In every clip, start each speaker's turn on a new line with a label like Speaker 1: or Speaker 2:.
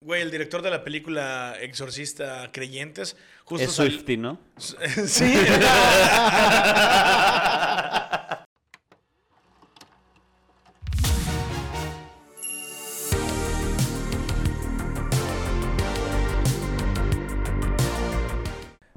Speaker 1: Güey, el director de la película Exorcista Creyentes, justo
Speaker 2: es
Speaker 1: sal-
Speaker 2: Swifty, ¿no?
Speaker 1: sí.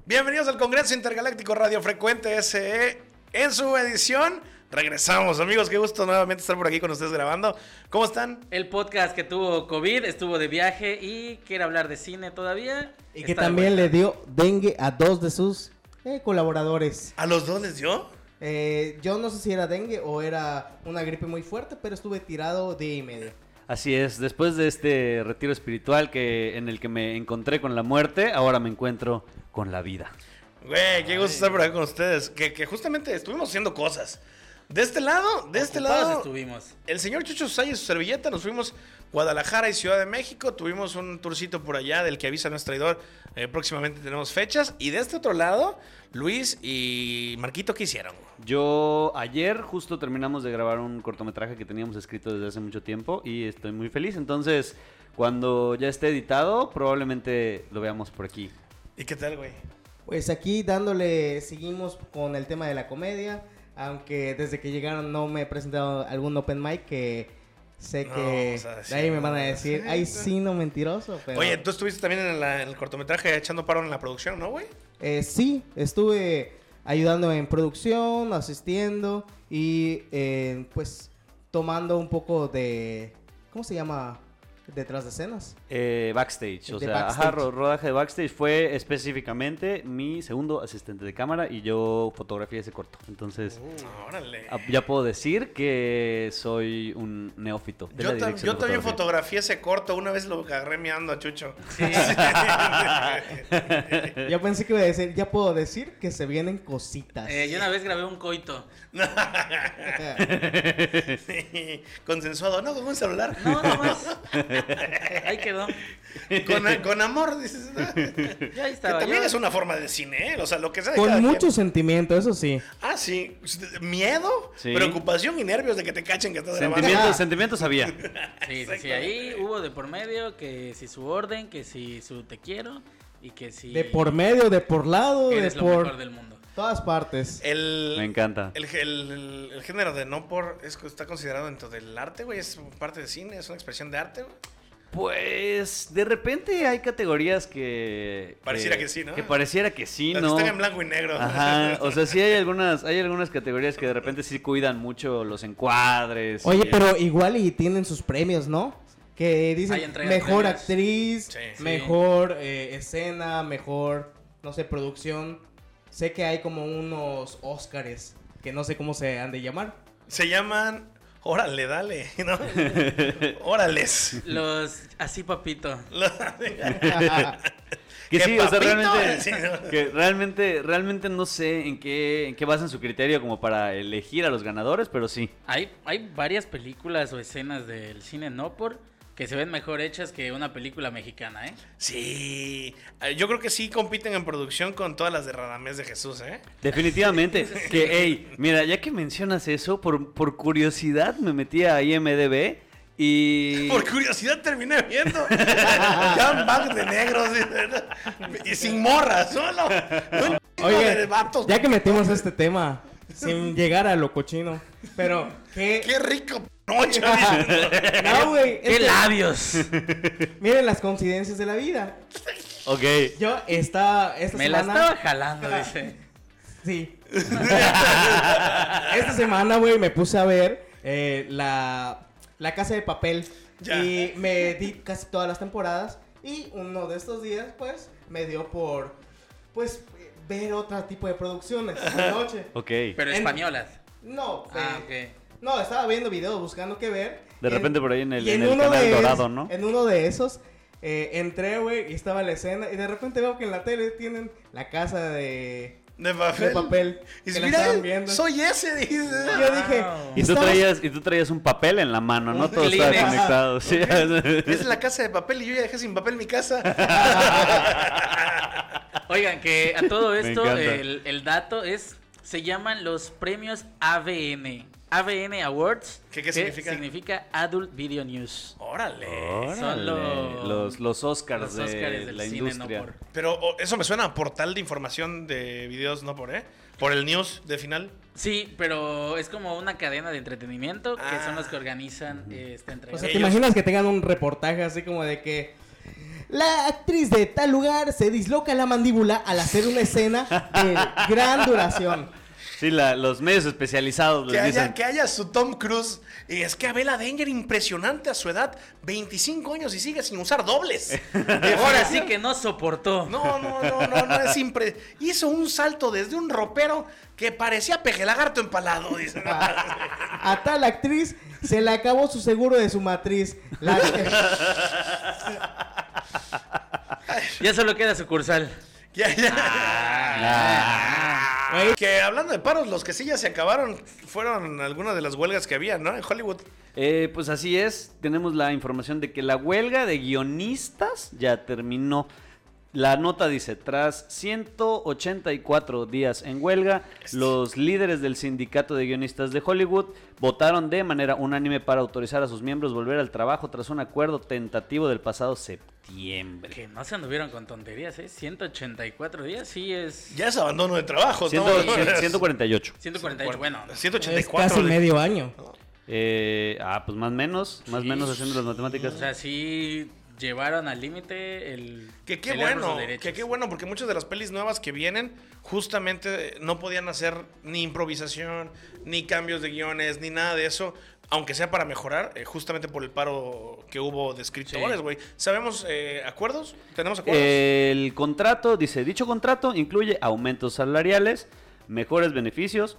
Speaker 1: Bienvenidos al Congreso Intergaláctico Radio Frecuente SE en su edición. Regresamos, amigos. Qué gusto nuevamente estar por aquí con ustedes grabando. ¿Cómo están?
Speaker 3: El podcast que tuvo COVID, estuvo de viaje y quiere hablar de cine todavía.
Speaker 4: Y que también le dio dengue a dos de sus eh, colaboradores.
Speaker 1: ¿A los dos les dio?
Speaker 4: Eh, yo no sé si era dengue o era una gripe muy fuerte, pero estuve tirado día y medio.
Speaker 2: Así es, después de este retiro espiritual que en el que me encontré con la muerte, ahora me encuentro con la vida.
Speaker 1: Güey, qué gusto estar por aquí con ustedes. Que, que justamente estuvimos haciendo cosas. De este lado, de este lado,
Speaker 3: estuvimos.
Speaker 1: el señor Chucho Sayas y su servilleta, nos fuimos Guadalajara y Ciudad de México. Tuvimos un turcito por allá del que avisa nuestro traidor. Eh, próximamente tenemos fechas. Y de este otro lado, Luis y Marquito, ¿qué hicieron? güey?
Speaker 2: Yo ayer justo terminamos de grabar un cortometraje que teníamos escrito desde hace mucho tiempo y estoy muy feliz. Entonces, cuando ya esté editado, probablemente lo veamos por aquí.
Speaker 1: ¿Y qué tal, güey?
Speaker 4: Pues aquí dándole, seguimos con el tema de la comedia, aunque desde que llegaron no me he presentado algún open mic que sé
Speaker 1: No,
Speaker 4: que
Speaker 1: vamos a decir,
Speaker 4: de ahí me van a
Speaker 1: no,
Speaker 4: decir,
Speaker 1: sí,
Speaker 4: ay
Speaker 1: sí.
Speaker 4: sino mentiroso, pero...
Speaker 1: Oye, tú estuviste también en, la- en el cortometraje echando paro en la producción, ¿no, güey?
Speaker 4: Eh, sí, estuve ayudando en producción, asistiendo y eh, pues tomando un poco de... ¿Cómo se llama? Detrás de escenas.
Speaker 2: Eh, backstage, o
Speaker 4: De
Speaker 2: sea, ajá,
Speaker 4: backstage.
Speaker 2: ro- rodaje de backstage fue específicamente mi segundo asistente de cámara y yo fotografié ese corto. Entonces,
Speaker 1: Órale.
Speaker 2: Ah, Ya puedo decir que soy un neófito. de
Speaker 1: Yo,
Speaker 2: la
Speaker 1: tam-
Speaker 2: dirección
Speaker 1: yo
Speaker 2: de
Speaker 1: también
Speaker 2: fotografía.
Speaker 1: fotografié ese corto, una vez lo agarré meando a Chucho.
Speaker 3: Eh.
Speaker 4: Yo pensé que iba a decir, ya puedo decir que se vienen cositas.
Speaker 3: Eh, yo una vez grabé un coito.
Speaker 1: Sí, Consensuado, no, con un celular.
Speaker 3: No, no más. Ahí quedó.
Speaker 1: Con, con amor, dices. ¿no? Que
Speaker 3: Ya ahí estaba.
Speaker 1: también
Speaker 3: yo-
Speaker 1: es una forma de cine, ¿eh? O sea, lo que sea. de cada
Speaker 4: Con
Speaker 1: quien.
Speaker 4: mucho sentimiento, eso sí.
Speaker 1: Ah, sí. Miedo,
Speaker 2: Sí.
Speaker 1: preocupación y nervios de que te cachen que estás grabando.
Speaker 2: Sentimientos, sentimientos había.
Speaker 3: Sí, sí, sí, ahí hubo de por medio que si su orden, que si su te quiero y que si...
Speaker 4: De por medio, de por lado,
Speaker 3: que
Speaker 4: de
Speaker 3: eres lo
Speaker 4: por
Speaker 3: mejor del mundo.
Speaker 4: todas partes.
Speaker 1: El,
Speaker 2: Me encanta.
Speaker 1: El, el- el- el género de no por es, está considerado dentro del arte, güey. Es parte de cine, es una expresión de arte, güey.
Speaker 2: Pues de repente hay categorías que.
Speaker 1: Pareciera que sí, ¿no?
Speaker 2: Que pareciera que sí,
Speaker 1: Las que
Speaker 2: ¿no?
Speaker 1: están en blanco y negro.
Speaker 2: Ajá, o sea, sí hay algunas, hay algunas categorías que de repente sí cuidan mucho los encuadres.
Speaker 4: Oye,
Speaker 2: y-
Speaker 4: pero igual y tienen sus premios, ¿no? Que
Speaker 3: Hay
Speaker 4: dicen
Speaker 3: entregas
Speaker 4: mejor
Speaker 3: premios.
Speaker 4: actriz,
Speaker 1: Sí. Sí.
Speaker 4: mejor eh, escena, mejor, no sé, producción. Sé que hay como unos Óscares que no sé cómo se han de llamar.
Speaker 1: Se llaman. Órale, dale, ¿no? Órales.
Speaker 3: Los... Así, papito.
Speaker 2: Que
Speaker 1: ¡Qué
Speaker 2: sí, o sea,
Speaker 1: papito!
Speaker 2: realmente,
Speaker 1: Sí, ¿no?
Speaker 2: que realmente, realmente no sé en qué, en qué basan su criterio como para elegir a los ganadores, pero sí.
Speaker 3: Hay, hay varias películas o escenas del cine no por que se ven mejor hechas que una película mexicana, ¿eh?
Speaker 1: Sí. Eh, Yo creo que sí compiten en producción con todas las de Radamés de Jesús, ¿eh?
Speaker 2: Definitivamente. Que, hey, mira, ya que mencionas eso, por, por curiosidad me metí a IMDB y...
Speaker 1: Por curiosidad terminé viendo. Jan Bach de negros. y- Y sin morra, solo. Un chingo de
Speaker 4: Oye,
Speaker 1: vatos.
Speaker 4: ya que metimos este tema, sin llegar a lo cochino, pero que...
Speaker 1: Qué rico noche. dice.
Speaker 4: No, güey,
Speaker 1: Este-
Speaker 4: es
Speaker 3: ¡Qué
Speaker 4: que
Speaker 3: labios!
Speaker 4: miren las coincidencias de la vida.
Speaker 2: Ok.
Speaker 4: Yo esta, esta
Speaker 3: Me la
Speaker 4: semana...
Speaker 3: estaba jalando, dice.
Speaker 4: Sí. Esta semana, güey, me puse a ver eh, la, la Casa de Papel.
Speaker 1: Ya.
Speaker 4: Y me di casi todas las temporadas. Y uno de estos días, pues, me dio por, pues, ver otro tipo de producciones de noche.
Speaker 2: Ok.
Speaker 3: Pero
Speaker 4: En-
Speaker 3: españolas.
Speaker 4: No,
Speaker 3: Ah,
Speaker 4: eh,
Speaker 3: ok.
Speaker 4: no, estaba viendo videos buscando qué ver.
Speaker 2: De
Speaker 4: Y
Speaker 2: repente por ahí en el-
Speaker 4: y
Speaker 2: en el canal
Speaker 4: de
Speaker 2: dorado,
Speaker 4: es-
Speaker 2: ¿no?
Speaker 4: En uno de esos eh, entré, güey, y estaba la escena. Y de repente veo que en la tele tienen la casa de,
Speaker 1: De
Speaker 4: de
Speaker 1: papel.
Speaker 4: papel.
Speaker 1: Y
Speaker 4: que la
Speaker 1: mira,
Speaker 4: estaban viendo.
Speaker 1: soy ese, dice.
Speaker 4: Yo dije,
Speaker 3: Wow.
Speaker 2: Y tú,
Speaker 4: "Estamos-
Speaker 2: traías, y tú traías un papel en la mano, ¿no?
Speaker 3: Un
Speaker 2: Todo estaba
Speaker 3: Kleenex.
Speaker 2: conectado. sí.
Speaker 1: Es la casa de papel y yo ya dejé sin papel mi casa.
Speaker 3: Oigan, que a todo
Speaker 2: Me
Speaker 3: esto
Speaker 2: encanta.
Speaker 3: el, el dato es... Se llaman los premios ABN. ABN Awards.
Speaker 1: ¿Qué- qué significa?
Speaker 3: Significa Adult Video News.
Speaker 1: Órale.
Speaker 2: Órale.
Speaker 3: los-
Speaker 2: los, los Oscars
Speaker 3: Los
Speaker 2: de
Speaker 3: Óscares del
Speaker 2: la
Speaker 3: cine,
Speaker 2: industria.
Speaker 3: no por-
Speaker 1: Pero oh, eso me suena a portal de información de videos, no por, ¿eh? Por el news de final.
Speaker 3: Sí, pero es como una cadena de entretenimiento que son los que
Speaker 1: Ah.
Speaker 3: organizan eh, esta
Speaker 4: O
Speaker 3: entrega.
Speaker 4: sea, ¿te
Speaker 1: Ellos-
Speaker 4: imaginas que tengan un reportaje así como de que la actriz de tal lugar se disloca la mandíbula al hacer una escena de gran duración?
Speaker 2: Sí, la- los medios especializados les
Speaker 1: Que haya,
Speaker 2: dicen.
Speaker 1: que haya su Tom Cruise. Y es que Abela Danger, impresionante a su edad, 25 años y sigue sin usar dobles.
Speaker 3: Ahora sí que no soportó.
Speaker 1: No, no, no, no, no es impre... Hizo un salto desde un ropero que parecía pejelagarto empalado, dice.
Speaker 4: A, a tal actriz se le acabó su seguro de su matriz. La-
Speaker 3: Ya solo queda sucursal.
Speaker 1: Ya, ya.
Speaker 2: "Ah".
Speaker 1: Güey, Que hablando de paros, los que sí ya se acabaron fueron algunas de las huelgas que había, ¿no? En Hollywood.
Speaker 2: Eh, pues así es, tenemos la información de que la huelga de guionistas ya terminó. La nota dice, tras 184 días en huelga, los líderes del sindicato de guionistas de Hollywood votaron de manera unánime para autorizar a sus miembros volver al trabajo tras un acuerdo tentativo del pasado septiembre.
Speaker 3: Que no se anduvieron con tonterías, ¿eh? 184 días, sí es.
Speaker 1: Ya es abandono de trabajo,
Speaker 2: Ciento-
Speaker 1: estamos-
Speaker 2: cien- 148.
Speaker 3: 148, bueno.
Speaker 1: 184.
Speaker 4: es casi
Speaker 1: güey.
Speaker 4: medio año.
Speaker 2: Eh, ah, pues más menos, más menos haciendo las matemáticas.
Speaker 3: O sea, sí llevaron al límite el.
Speaker 1: Que qué
Speaker 3: pelear por sus
Speaker 1: bueno, que
Speaker 3: derechos.
Speaker 1: qué bueno, porque muchas de las pelis nuevas que vienen justamente eh, no podían hacer ni improvisación, ni cambios de guiones, ni nada de eso, aunque sea para mejorar, eh, justamente por el paro que hubo de escritores,
Speaker 3: Sí.
Speaker 1: güey. ¿Sabemos eh, acuerdos? ¿Tenemos acuerdos?
Speaker 2: Eh, El contrato, dice, dicho contrato incluye aumentos salariales, mejores beneficios,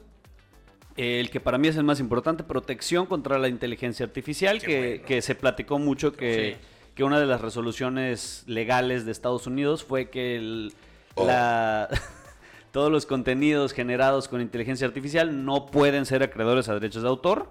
Speaker 2: el que para mí es el más importante, protección contra la inteligencia artificial,
Speaker 1: Qué
Speaker 2: que,
Speaker 1: bueno.
Speaker 2: que se platicó mucho que,
Speaker 3: Sí.
Speaker 2: que una de las resoluciones legales de Estados Unidos fue que el- la- todos los contenidos generados con inteligencia artificial no pueden ser acreedores a derechos de autor.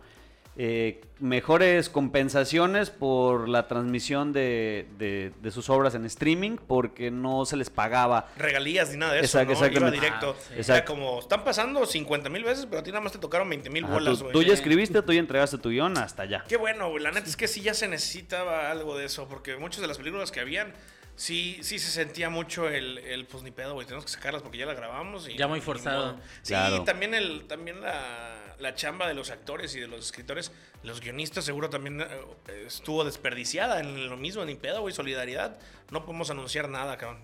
Speaker 2: eh, mejores compensaciones por la transmisión de, de- de sus obras en streaming porque no se les pagaba.
Speaker 1: Regalías ni nada de eso,
Speaker 2: Exact-
Speaker 1: ¿no? Iba
Speaker 2: exactamente.
Speaker 1: directo.
Speaker 3: Ah, sí.
Speaker 1: O sea,
Speaker 2: Exacto.
Speaker 1: como están pasando 50 mil veces, pero a ti nada más te tocaron 20 mil
Speaker 2: Ajá,
Speaker 1: bolas,
Speaker 2: tú,
Speaker 1: güey.
Speaker 2: tú ya escribiste, tú ya entregaste tu guión, hasta allá.
Speaker 1: Qué bueno, güey. La neta es que sí ya se necesitaba algo de eso, porque muchas de las películas que habían, sí, sí se sentía mucho el, el, pues ni pedo, güey, tenemos que sacarlas porque ya la grabamos. Y,
Speaker 3: Ya muy
Speaker 1: ni
Speaker 3: forzado.
Speaker 1: modo. Sí,
Speaker 2: Claro.
Speaker 1: también, el, también la, la chamba de los actores y de los escritores, los guionistas seguro también eh, estuvo desperdiciada en lo mismo, ni pedo, güey, solidaridad. No podemos anunciar nada, cabrón.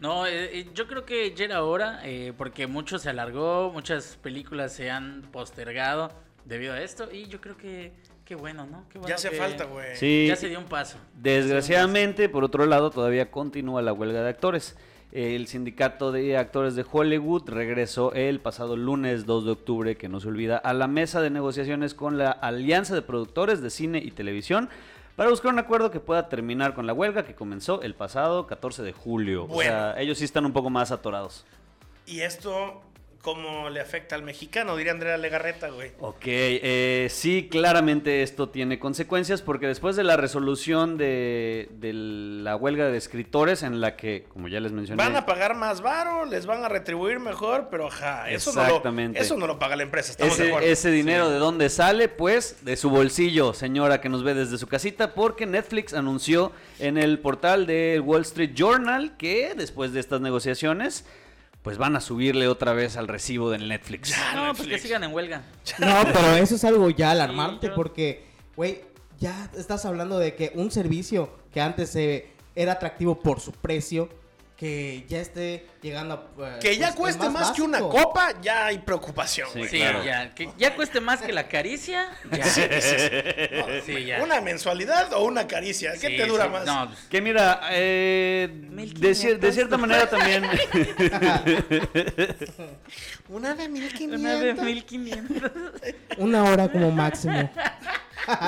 Speaker 3: No, eh, eh, yo creo que ya era hora, eh, porque mucho se alargó, muchas películas se han postergado debido a esto, y yo creo que. Qué bueno, ¿no? Qué bueno
Speaker 1: ya hace
Speaker 3: que-
Speaker 1: falta, güey.
Speaker 2: Sí.
Speaker 3: Ya se dio un paso.
Speaker 2: Desgraciadamente, por otro lado, todavía continúa la huelga de actores. El sindicato de actores de Hollywood regresó el pasado lunes 2 de octubre, que no se olvida, a la mesa de negociaciones con la Alianza de Productores de Cine y Televisión para buscar un acuerdo que pueda terminar con la huelga que comenzó el pasado 14 de julio. O sea, ellos sí están un poco más atorados.
Speaker 1: Y esto, ¿cómo le afecta al mexicano? Diría Andrea Legarreta, güey.
Speaker 2: Ok, eh, sí, claramente esto tiene consecuencias porque después de la resolución de, de la huelga de escritores en la que, como ya les mencioné...
Speaker 1: Van a pagar más varo, les van a retribuir mejor, pero ajá, eso, no lo,
Speaker 2: Exactamente.
Speaker 1: eso no lo paga la empresa, estamos de
Speaker 2: Ese,
Speaker 1: acuerdo.
Speaker 2: ese dinero de dónde sale, pues de su bolsillo, señora que nos ve desde su casita, porque Netflix anunció en el portal del Wall Street Journal que después de estas negociaciones, pues van a subirle otra vez al recibo del Netflix.
Speaker 1: Ah,
Speaker 3: No, pues que
Speaker 1: Netflix.
Speaker 3: sigan en huelga.
Speaker 4: No, pero eso es algo ya alarmante
Speaker 3: Sí, yo-
Speaker 4: porque, güey, ya estás hablando de que un servicio que antes eh, era atractivo por su precio, que ya esté llegando a... eh,
Speaker 1: Que ya
Speaker 4: pues,
Speaker 1: cueste
Speaker 4: el
Speaker 1: más, que una
Speaker 4: básico.
Speaker 1: copa, ya hay preocupación, güey.
Speaker 3: Sí,
Speaker 2: claro.
Speaker 3: ya. Que ya cueste más que la caricia. Ya. Sí, ya.
Speaker 1: ¿Una mensualidad o una caricia? ¿Qué
Speaker 3: Sí,
Speaker 1: te dura
Speaker 3: sí.
Speaker 1: más?
Speaker 3: No, pues,
Speaker 2: Que mira, eh, de, cier- de cierta manera también...
Speaker 1: Una de 1500.
Speaker 3: una de 1500.
Speaker 4: Una hora como máximo.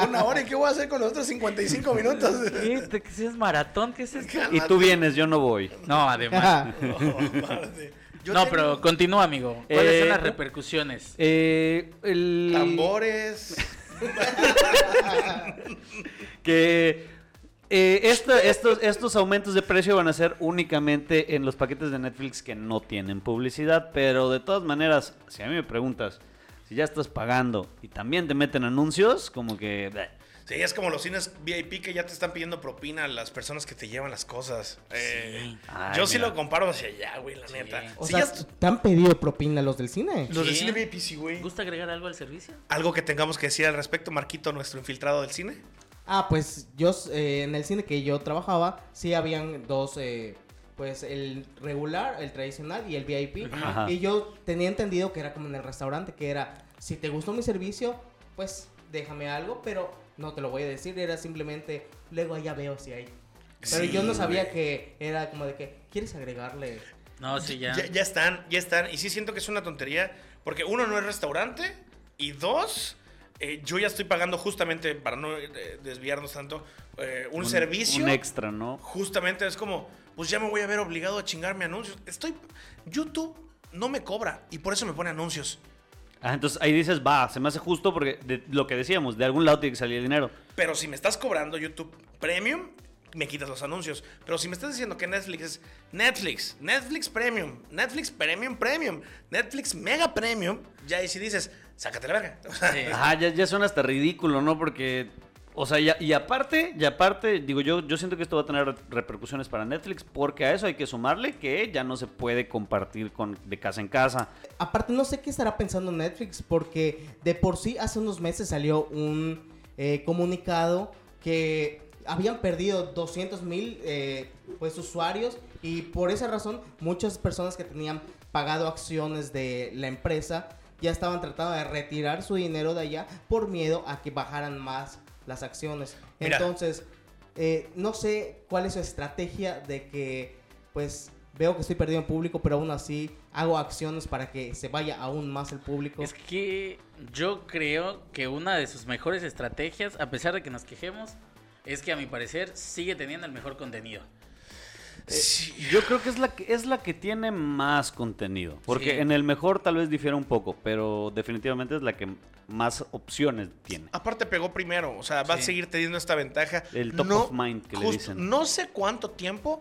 Speaker 1: Una hora y qué voy a hacer con los otros 55 minutos.
Speaker 3: ¿Qué? ¿Te- qué es maratón? ¿Qué es esto?
Speaker 2: y tú vienes, yo no voy.
Speaker 3: No, además.
Speaker 1: Oh, madre. Yo
Speaker 3: no,
Speaker 1: tengo
Speaker 3: pero continúa, amigo. ¿Cuáles son
Speaker 2: Eh,
Speaker 3: las repercusiones?
Speaker 2: Eh, el...
Speaker 1: Tambores.
Speaker 2: que eh, esta- estos, estos aumentos de precio van a ser únicamente en los paquetes de Netflix que no tienen publicidad, pero de todas maneras, si a mí me preguntas si si ya estás pagando y también te meten anuncios, como que... bleh.
Speaker 1: Sí, es como los cines VIP que ya te están pidiendo propina a las personas que te llevan las cosas. Eh,
Speaker 2: Ay,
Speaker 1: yo sí
Speaker 2: mira.
Speaker 1: lo comparo hacia allá, güey, la neta.
Speaker 4: O
Speaker 1: Sí,
Speaker 4: sea,
Speaker 1: ya est-
Speaker 4: ¿te han pedido propina los del cine?
Speaker 1: los del
Speaker 3: Sí.
Speaker 1: cine VIP, sí, güey.
Speaker 3: ¿Gusta agregar algo al servicio?
Speaker 1: ¿Algo que tengamos que decir al respecto, Marquito, nuestro infiltrado del cine?
Speaker 4: Ah, pues yo eh, en el cine que yo trabajaba, sí habían dos, eh, pues el regular, el tradicional y el VIP.
Speaker 2: Ajá.
Speaker 4: Y yo tenía entendido que era como en el restaurante, que era, si te gustó mi servicio, pues déjame algo, pero no te lo voy a decir, era simplemente, luego allá veo si hay. Pero
Speaker 1: Sí,
Speaker 4: yo no sabía
Speaker 1: güey.
Speaker 4: que era como de que, ¿quieres agregarle?
Speaker 3: No, sí, ya.
Speaker 1: Ya, ya están, ya están. Y sí siento que es una tontería, porque uno no es restaurante y dos, eh, yo ya estoy pagando justamente, para no eh, desviarnos tanto, eh, un, servicio.
Speaker 2: Un extra, ¿no?
Speaker 1: Justamente es como, pues ya me voy a ver obligado a chingarme anuncios. Estoy, YouTube no me cobra y por eso me pone anuncios.
Speaker 2: Ah, entonces ahí dices, va, se me hace justo porque de lo que decíamos, de algún lado tiene que salir el dinero.
Speaker 1: Pero si me estás cobrando YouTube Premium, me quitas los anuncios. Pero si me estás diciendo que Netflix es Netflix, Netflix Premium, Netflix Premium Premium, Netflix Mega Premium, ya ahí sí dices, sácate la verga. O sea,
Speaker 3: Sí.
Speaker 2: Ajá, ya, ya suena hasta ridículo, ¿no? Porque, o sea, ya- y aparte, y aparte, digo, yo, yo siento que esto va a tener re- repercusiones para Netflix, porque a eso hay que sumarle que ya no se puede compartir con, de casa en casa.
Speaker 4: Aparte, no sé qué estará pensando Netflix, porque de por sí hace unos meses salió un eh, comunicado que habían perdido 200 mil pues, usuarios y por esa razón muchas personas que tenían pagado acciones de la empresa ya estaban tratando de retirar su dinero de allá por miedo a que bajaran más las acciones.
Speaker 1: Mira.
Speaker 4: Entonces, eh, no sé cuál es su estrategia de que, pues, veo que estoy perdido en público, pero aún así hago acciones para que se vaya aún más el público.
Speaker 3: Es que yo creo que una de sus mejores estrategias, a pesar de que nos quejemos, es que a mi parecer sigue teniendo el mejor contenido.
Speaker 1: sí.
Speaker 2: Yo creo que es la que, es la que tiene más contenido, porque
Speaker 3: Sí.
Speaker 2: en el mejor tal vez difiere un poco, pero definitivamente es la que más opciones tiene.
Speaker 1: Aparte pegó primero, o sea, va a
Speaker 3: Sí.
Speaker 1: seguir teniendo esta ventaja.
Speaker 2: El top of mind que le dicen.
Speaker 1: No sé cuánto tiempo,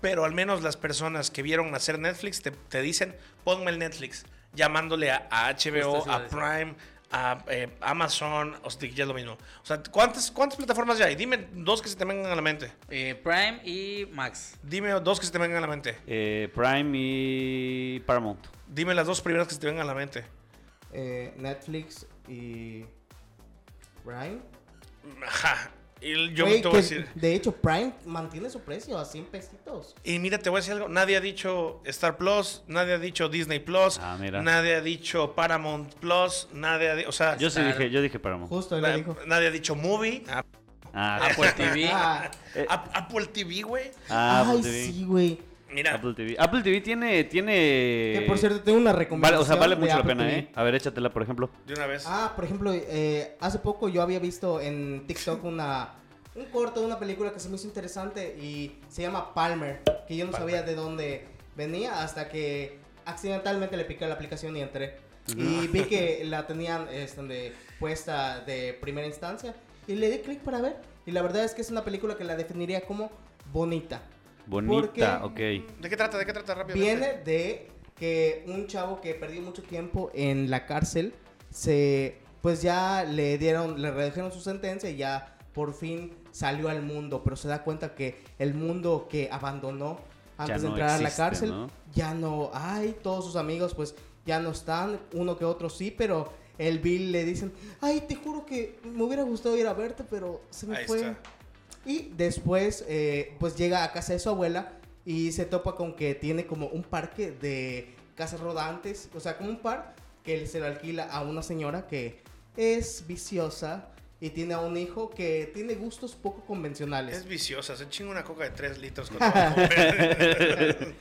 Speaker 1: pero al menos las personas que vieron nacer Netflix te, te dicen, ponme el Netflix, llamándole a, a
Speaker 3: Justo
Speaker 1: HBO,
Speaker 3: eso iba a
Speaker 1: a
Speaker 3: decir.
Speaker 1: Prime, a eh, Amazon, o sea, ya es lo mismo. O sea, ¿cuántas, ¿cuántas plataformas ya hay? Dime dos que se te vengan a la mente.
Speaker 3: Eh, Prime y Max.
Speaker 1: Dime dos que se te vengan a la mente.
Speaker 2: Eh, Prime y Paramount.
Speaker 1: Dime las dos primeras que se te vengan a la mente.
Speaker 4: Eh, Netflix y Prime.
Speaker 1: Ajá. Y yo
Speaker 4: Güey,
Speaker 1: te voy a
Speaker 4: que
Speaker 1: decir.
Speaker 4: De hecho, Prime mantiene su precio a 100 pesitos.
Speaker 1: Y mira, te voy a decir algo. Nadie ha dicho Star Plus, nadie ha dicho Disney Plus,
Speaker 2: Ah, mira.
Speaker 1: nadie ha dicho Paramount Plus, nadie ha dicho. O sea,
Speaker 2: Yo sí
Speaker 3: Star.
Speaker 2: dije, yo dije Paramount.
Speaker 4: Justo él
Speaker 1: na-
Speaker 4: lo dijo.
Speaker 1: nadie ha dicho Movie, a-
Speaker 2: Ah,
Speaker 3: Apple TV.
Speaker 4: Ah,
Speaker 2: Eh.
Speaker 1: a- Apple TV, güey.
Speaker 2: ah, Apple
Speaker 4: ay,
Speaker 2: TV.
Speaker 4: sí, güey.
Speaker 1: Mira,
Speaker 2: Apple TV. Apple TV tiene. tiene...
Speaker 4: Que por cierto, tengo una
Speaker 2: Eh, Vale,
Speaker 4: recomendación.
Speaker 2: o sea, vale
Speaker 4: de
Speaker 2: mucho la
Speaker 4: Apple
Speaker 2: pena,
Speaker 4: TV.
Speaker 2: ¿eh? A ver, échatela, por ejemplo.
Speaker 1: de una vez.
Speaker 4: Ah, por ejemplo, eh, hace poco yo había visto en TikTok una, un corto de una película que se me hizo interesante y se llama Palmer, que yo no sabía de dónde venía hasta que accidentalmente le piqué la aplicación y entré. Y vi que la tenían este, de, puesta de primera instancia y le di clic para ver. Y la verdad es que es una película que la definiría como bonita.
Speaker 2: Bonita, ok.
Speaker 1: ¿De qué trata? ¿De qué trata rápido?
Speaker 4: Viene de que un chavo que perdió mucho tiempo en la cárcel, se, pues ya le dieron, le redujeron su sentencia y ya por fin salió al mundo, pero se da cuenta que el mundo que abandonó
Speaker 2: Ya
Speaker 4: antes
Speaker 2: no
Speaker 4: de entrar a la
Speaker 2: existe,
Speaker 4: cárcel,
Speaker 2: ¿no?
Speaker 4: ya no hay, todos sus amigos pues ya no están, uno que otro sí, pero el Bill le dicen, ay, te juro que me hubiera gustado ir a verte, pero se me
Speaker 1: Ahí
Speaker 4: fue.
Speaker 1: está.
Speaker 4: Y después, eh, pues llega a casa de su abuela y se topa con que tiene como un parque de casas rodantes, o sea, como un par que él se lo alquila a una señora que es viciosa y tiene a un hijo que tiene gustos poco
Speaker 1: Es
Speaker 4: convencionales.
Speaker 1: viciosa, se chinga una coca de 3 litros con todo el comer.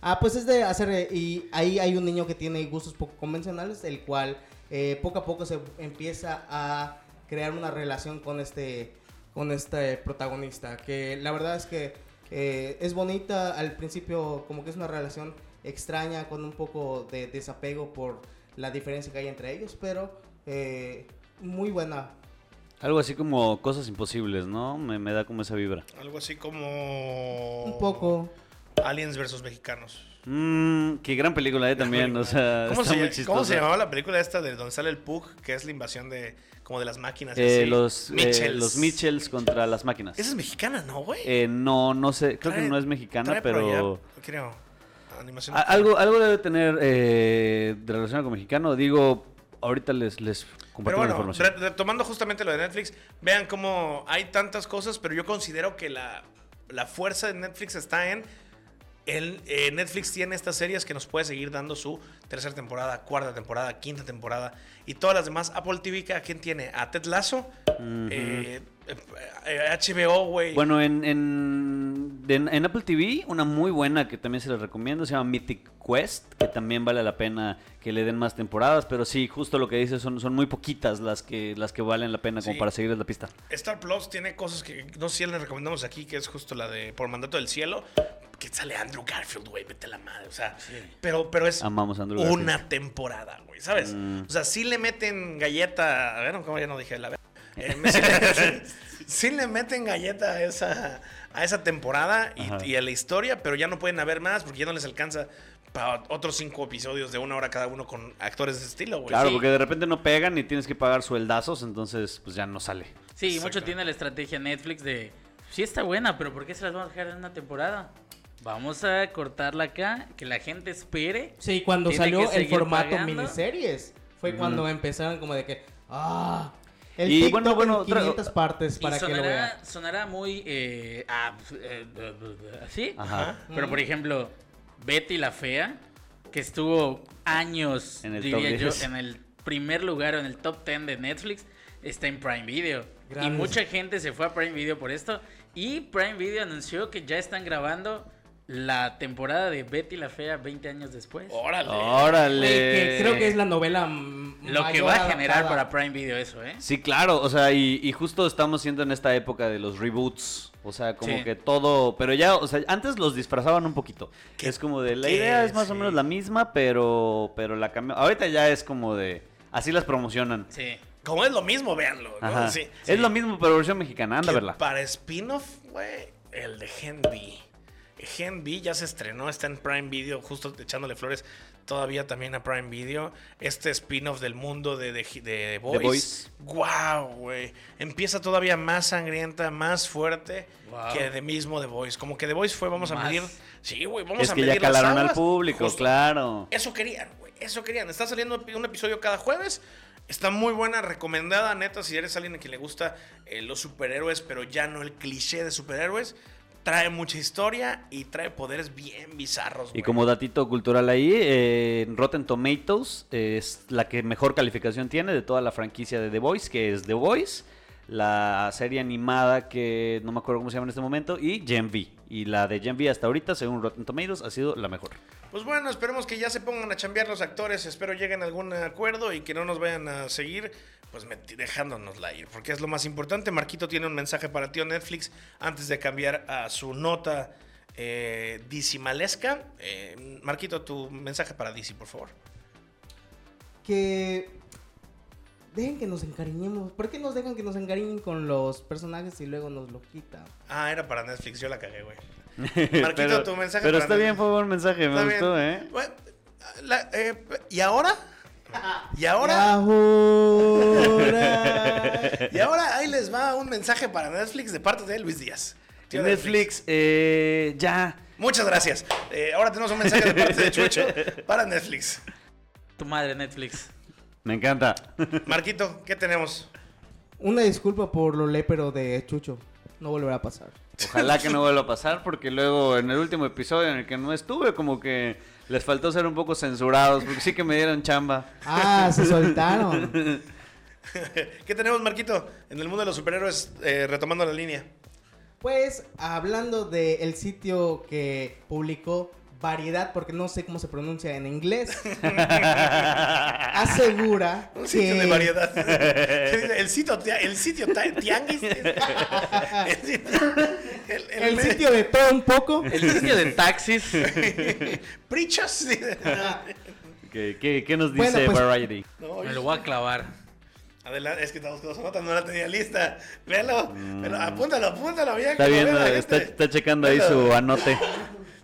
Speaker 4: Ah, pues es de hacer, eh, y ahí hay un niño que tiene gustos poco convencionales, el cual eh, poco a poco se empieza a crear una relación con este, con este protagonista, que la verdad es que eh, es bonita, al principio como que es una relación extraña, con un poco de desapego por la diferencia que hay entre ellos, pero eh, muy buena.
Speaker 2: Algo así como cosas imposibles, ¿no? Me, me da como esa vibra.
Speaker 1: Algo así como.
Speaker 4: Un poco.
Speaker 1: Aliens versus mexicanos.
Speaker 2: Mm, qué gran película, eh, también. O sea,
Speaker 1: ¿Cómo,
Speaker 2: está
Speaker 1: se,
Speaker 2: muy
Speaker 1: llama- ¿Cómo se
Speaker 2: chistosa.
Speaker 1: llamaba la película esta de donde sale el Pug, que es la invasión de como de las máquinas? y
Speaker 2: Eh,
Speaker 1: así?
Speaker 2: los, eh,
Speaker 1: Mitchells.
Speaker 2: los Mitchells contra las máquinas.
Speaker 1: Esa es mexicana, ¿no, güey?
Speaker 2: Eh, no, no sé, creo
Speaker 1: Trae-
Speaker 2: que no es
Speaker 1: trae
Speaker 2: mexicana,
Speaker 1: por
Speaker 2: pero...
Speaker 1: allá, creo. Animación.
Speaker 2: A- Algo, algo debe tener eh, de relación con mexicano. Digo, ahorita les, les
Speaker 1: Pero
Speaker 2: comparto la
Speaker 1: bueno,
Speaker 2: información.
Speaker 1: re- retomando justamente lo de Netflix, vean cómo hay tantas cosas, pero yo considero que la, la fuerza de Netflix está en. el- eh, Netflix tiene estas series que nos puede seguir dando su tercera temporada, cuarta temporada, quinta temporada y todas las demás. Apple TV, ¿a quién tiene? A Ted Lasso, eh, eh, eh, HBO, güey.
Speaker 2: Bueno, en, en, de- en Apple TV, una muy buena que también se les recomiendo, se llama Mythic Quest, que también vale la pena que le den más temporadas, pero sí, justo lo que dices, son, son muy poquitas las que, las que valen la pena como
Speaker 1: Sí.
Speaker 2: para seguirles la pista.
Speaker 1: Star Plus tiene cosas que no sé si les recomendamos aquí, que es justo la de Por Mandato del Cielo, que sale Andrew Garfield, güey, vete a la madre. O sea, pero, pero es
Speaker 2: Amamos a Andrew
Speaker 1: una
Speaker 2: Garfield. Mm.
Speaker 1: temporada, güey, ¿sabes? O sea, sí le meten galleta. A ver, ¿cómo ya no dije la ver- Eh, sí, le meten, sí le meten galleta a esa, a esa temporada
Speaker 2: Ajá.
Speaker 1: y, y a la historia, pero ya no pueden haber más porque ya no les alcanza para otros cinco episodios de una hora cada uno con actores de ese estilo, güey.
Speaker 2: Claro,
Speaker 3: sí.
Speaker 2: porque de repente no pegan y tienes que pagar sueldazos, entonces pues ya no sale.
Speaker 3: Sí,
Speaker 1: Exacto.
Speaker 3: mucho tiene la estrategia Netflix de, sí está buena, pero ¿por qué se las vamos a dejar en una temporada? Vamos a cortarla acá, que la gente espere.
Speaker 4: Sí, cuando
Speaker 3: Tiene que
Speaker 4: salió el
Speaker 3: seguir
Speaker 4: formato
Speaker 3: pagando.
Speaker 4: miniseries. Fue cuando empezaron como de que. ¡Ah! El
Speaker 2: Y
Speaker 4: TikTok
Speaker 2: bueno, bueno,
Speaker 4: en
Speaker 2: otra-
Speaker 4: 500 partes para
Speaker 3: y
Speaker 4: que lo vean.
Speaker 3: sonará, sonará muy... Eh, ah, pues, eh, eh, eh, ¿Así?
Speaker 2: Ajá.
Speaker 3: Pero por ejemplo, Betty la Fea, que estuvo años,
Speaker 2: En el
Speaker 3: diría
Speaker 2: top
Speaker 3: yo,
Speaker 2: 10.
Speaker 3: en el primer lugar o en el top 10 de Netflix, está en Prime Video.
Speaker 4: Grandes.
Speaker 3: Y mucha gente se fue a Prime Video por esto. Y Prime Video anunció que ya están grabando la temporada de Betty la Fea 20 años después.
Speaker 1: Órale.
Speaker 2: Órale.
Speaker 4: Güey, que creo que es la novela. mm,
Speaker 3: Lo que
Speaker 4: mayor
Speaker 3: va a generar para
Speaker 4: adaptada.
Speaker 3: Prime Video eso, ¿eh?
Speaker 2: Sí, claro, o sea, y, y justo estamos siendo en esta época de los reboots. O sea, como
Speaker 3: Sí.
Speaker 2: que todo. Pero ya, o sea, antes los disfrazaban un poquito.
Speaker 1: ¿Qué?
Speaker 2: Es como de la
Speaker 1: ¿Qué?
Speaker 2: idea es más o
Speaker 1: Sí.
Speaker 2: menos la misma, pero, pero la cambió. Ahorita ya es como de. Así las promocionan.
Speaker 3: Sí.
Speaker 1: Como es lo mismo, véanlo. ¿no?
Speaker 2: Ajá.
Speaker 1: Sí,
Speaker 2: Es lo mismo, pero versión mexicana. Anda a
Speaker 1: que
Speaker 2: verla.
Speaker 1: Para spin-off, güey, el de Gen B. Gen B ya se estrenó, está en Prime Video, justo echándole flores todavía también a Prime Video. Este spin-off del mundo de, de, de Boys.
Speaker 2: Boys.
Speaker 1: ¡Guau, güey! Empieza todavía más sangrienta, más fuerte
Speaker 3: Guau.
Speaker 1: que de mismo The Voice. Como que The Voice fue, vamos a
Speaker 3: Más.
Speaker 1: medir. Sí, güey, vamos
Speaker 2: Es
Speaker 1: a
Speaker 2: que
Speaker 1: medir.
Speaker 2: ya
Speaker 1: las
Speaker 2: calaron al
Speaker 1: aguas.
Speaker 2: público,
Speaker 1: Justo.
Speaker 2: claro.
Speaker 1: Eso querían, güey. Eso querían. Está saliendo epi- un episodio cada jueves. Está muy buena, recomendada, neta. Si eres alguien a quien le gusta eh, los superhéroes, pero ya no el cliché de superhéroes, trae mucha historia y trae poderes bien bizarros,
Speaker 2: Y
Speaker 1: güey.
Speaker 2: como datito cultural ahí, eh, Rotten Tomatoes es la que mejor calificación tiene de toda la franquicia de The Voice, que es The Voice, la serie animada que no me acuerdo cómo se llama en este momento, y Gen V. Y la de Gen V hasta ahorita, según Rotten Tomatoes, ha sido la mejor.
Speaker 1: Pues bueno, esperemos que ya se pongan a chambear los actores. Espero lleguen a algún acuerdo y que no nos vayan a seguir pues meti- dejándonosla ir, porque es lo más importante. Marquito tiene un mensaje para tío Netflix antes de cambiar a su nota eh, decimalesca. Eh, Marquito, tu mensaje para DC, por favor.
Speaker 4: que dejen que nos encariñemos. ¿Por qué nos dejan que nos encariñen con los personajes y luego nos lo quitan?
Speaker 1: Ah, era para Netflix, yo la cagué, güey.
Speaker 2: Marquito,
Speaker 1: tu mensaje
Speaker 2: Pero
Speaker 1: para
Speaker 2: está
Speaker 1: mí.
Speaker 2: bien, fue buen mensaje, me
Speaker 1: Está bien.
Speaker 2: gustó, ¿eh?
Speaker 1: Bueno, la- eh, ¿Y ahora? ¿Y ahora?
Speaker 4: Ahora.
Speaker 1: Y ahora ahí les va un mensaje para Netflix de parte de Luis Díaz. Tío
Speaker 2: Netflix, eh, ya.
Speaker 1: Muchas gracias. Eh, ahora tenemos un mensaje de parte de Chucho para Netflix.
Speaker 3: Tu madre Netflix.
Speaker 2: Me encanta.
Speaker 1: Marquito, ¿qué tenemos?
Speaker 4: Una disculpa por lo lépero de Chucho. No volverá a pasar.
Speaker 2: Ojalá que no vuelva a pasar, porque luego en el último episodio en el que no estuve, como que les faltó ser un poco censurados, porque sí que me dieron chamba.
Speaker 4: Ah, se soltaron.
Speaker 1: ¿Qué tenemos, Marquito? En el mundo de los superhéroes, eh, retomando la línea.
Speaker 4: Pues hablando del sitio que publicó Variedad, porque no sé cómo se pronuncia en inglés, asegura
Speaker 1: Un sitio
Speaker 4: que-
Speaker 1: de variedad. ¿Qué dice? El sitio, tia- el sitio ta- tianguis. El sitio, el- el-
Speaker 4: el sitio de todo un poco.
Speaker 3: El sitio de taxis.
Speaker 1: Prichos.
Speaker 2: ¿Qué, qué- qué nos dice
Speaker 4: Bueno, pues-
Speaker 2: Variety?
Speaker 1: No,
Speaker 3: Me lo voy a clavar.
Speaker 1: Adelante, es que estamos con notas, no la tenía lista. Velo, velo, apúntalo, apúntalo bien.
Speaker 2: Está
Speaker 1: que lo
Speaker 2: viendo,
Speaker 1: vea la
Speaker 2: está,
Speaker 1: gente.
Speaker 2: está checando ahí su anote.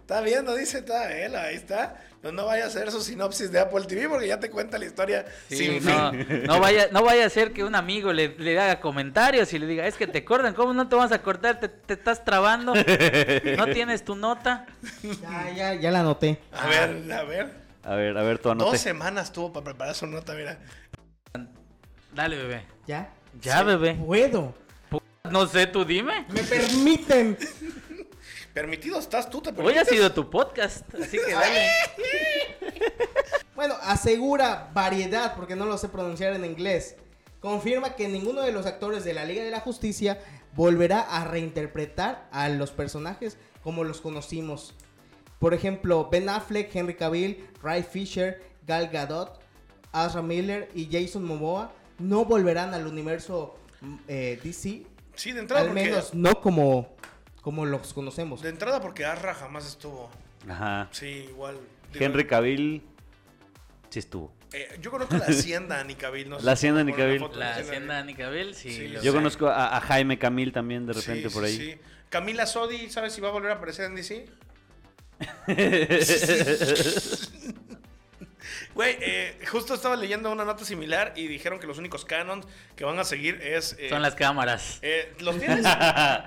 Speaker 1: Está viendo, dice, está él, ahí está. No, no vaya a hacer su sinopsis de Apple TV porque ya te cuenta la historia
Speaker 3: Sí,
Speaker 1: sin
Speaker 3: no,
Speaker 1: fin.
Speaker 3: no vaya, no vaya a ser que un amigo le, le haga comentarios y le diga, es que te cortan, ¿cómo no te vas a cortar? Te, te estás trabando, no tienes tu nota.
Speaker 4: Ya, ya, ya la anoté.
Speaker 1: A ver, a ver.
Speaker 2: A ver, a ver, tú anoté.
Speaker 1: Dos semanas tuvo para preparar su nota, mira.
Speaker 3: Dale, bebé.
Speaker 4: Ya.
Speaker 3: Ya, bebé.
Speaker 4: Puedo.
Speaker 3: No sé, tú dime.
Speaker 4: Me permiten.
Speaker 1: Permitido estás tú, te
Speaker 3: Hoy ha
Speaker 1: permites?
Speaker 3: sido tu podcast, así que dale.
Speaker 4: Bueno, asegura variedad, porque no lo sé pronunciar en inglés. Confirma que ninguno de los actores de la Liga de la Justicia volverá a reinterpretar a los personajes como los conocimos. Por ejemplo, Ben Affleck, Henry Cavill, Ray Fisher, Gal Gadot, Ezra Miller y Jason Momoa no volverán al universo mm, eh, DC,
Speaker 1: Sí, de entrada
Speaker 4: al
Speaker 1: porque.
Speaker 4: menos no como, como los conocemos.
Speaker 1: De entrada porque Arra jamás estuvo.
Speaker 2: Ajá.
Speaker 1: Sí, igual. Digo,
Speaker 2: Henry Cavill sí estuvo.
Speaker 1: eh, yo conozco la hacienda Anicabil, no sé
Speaker 2: La
Speaker 1: si
Speaker 2: Hacienda
Speaker 1: me ponen
Speaker 2: Anicabil.
Speaker 1: foto de
Speaker 3: La hacienda de Anicabel, sí.
Speaker 1: Sí,
Speaker 3: lo
Speaker 1: yo
Speaker 2: Yo
Speaker 3: sé.
Speaker 2: conozco a, a Jaime Camil también de repente
Speaker 1: Sí,
Speaker 2: por ahí.
Speaker 1: sí, sí. Camila Sodi, ¿sabes si va a volver a aparecer en DC? Güey, eh, justo estaba leyendo una nota similar y dijeron que los únicos canons que van a seguir es. eh,
Speaker 3: Son las cámaras.
Speaker 1: eh, ¿Los tienes?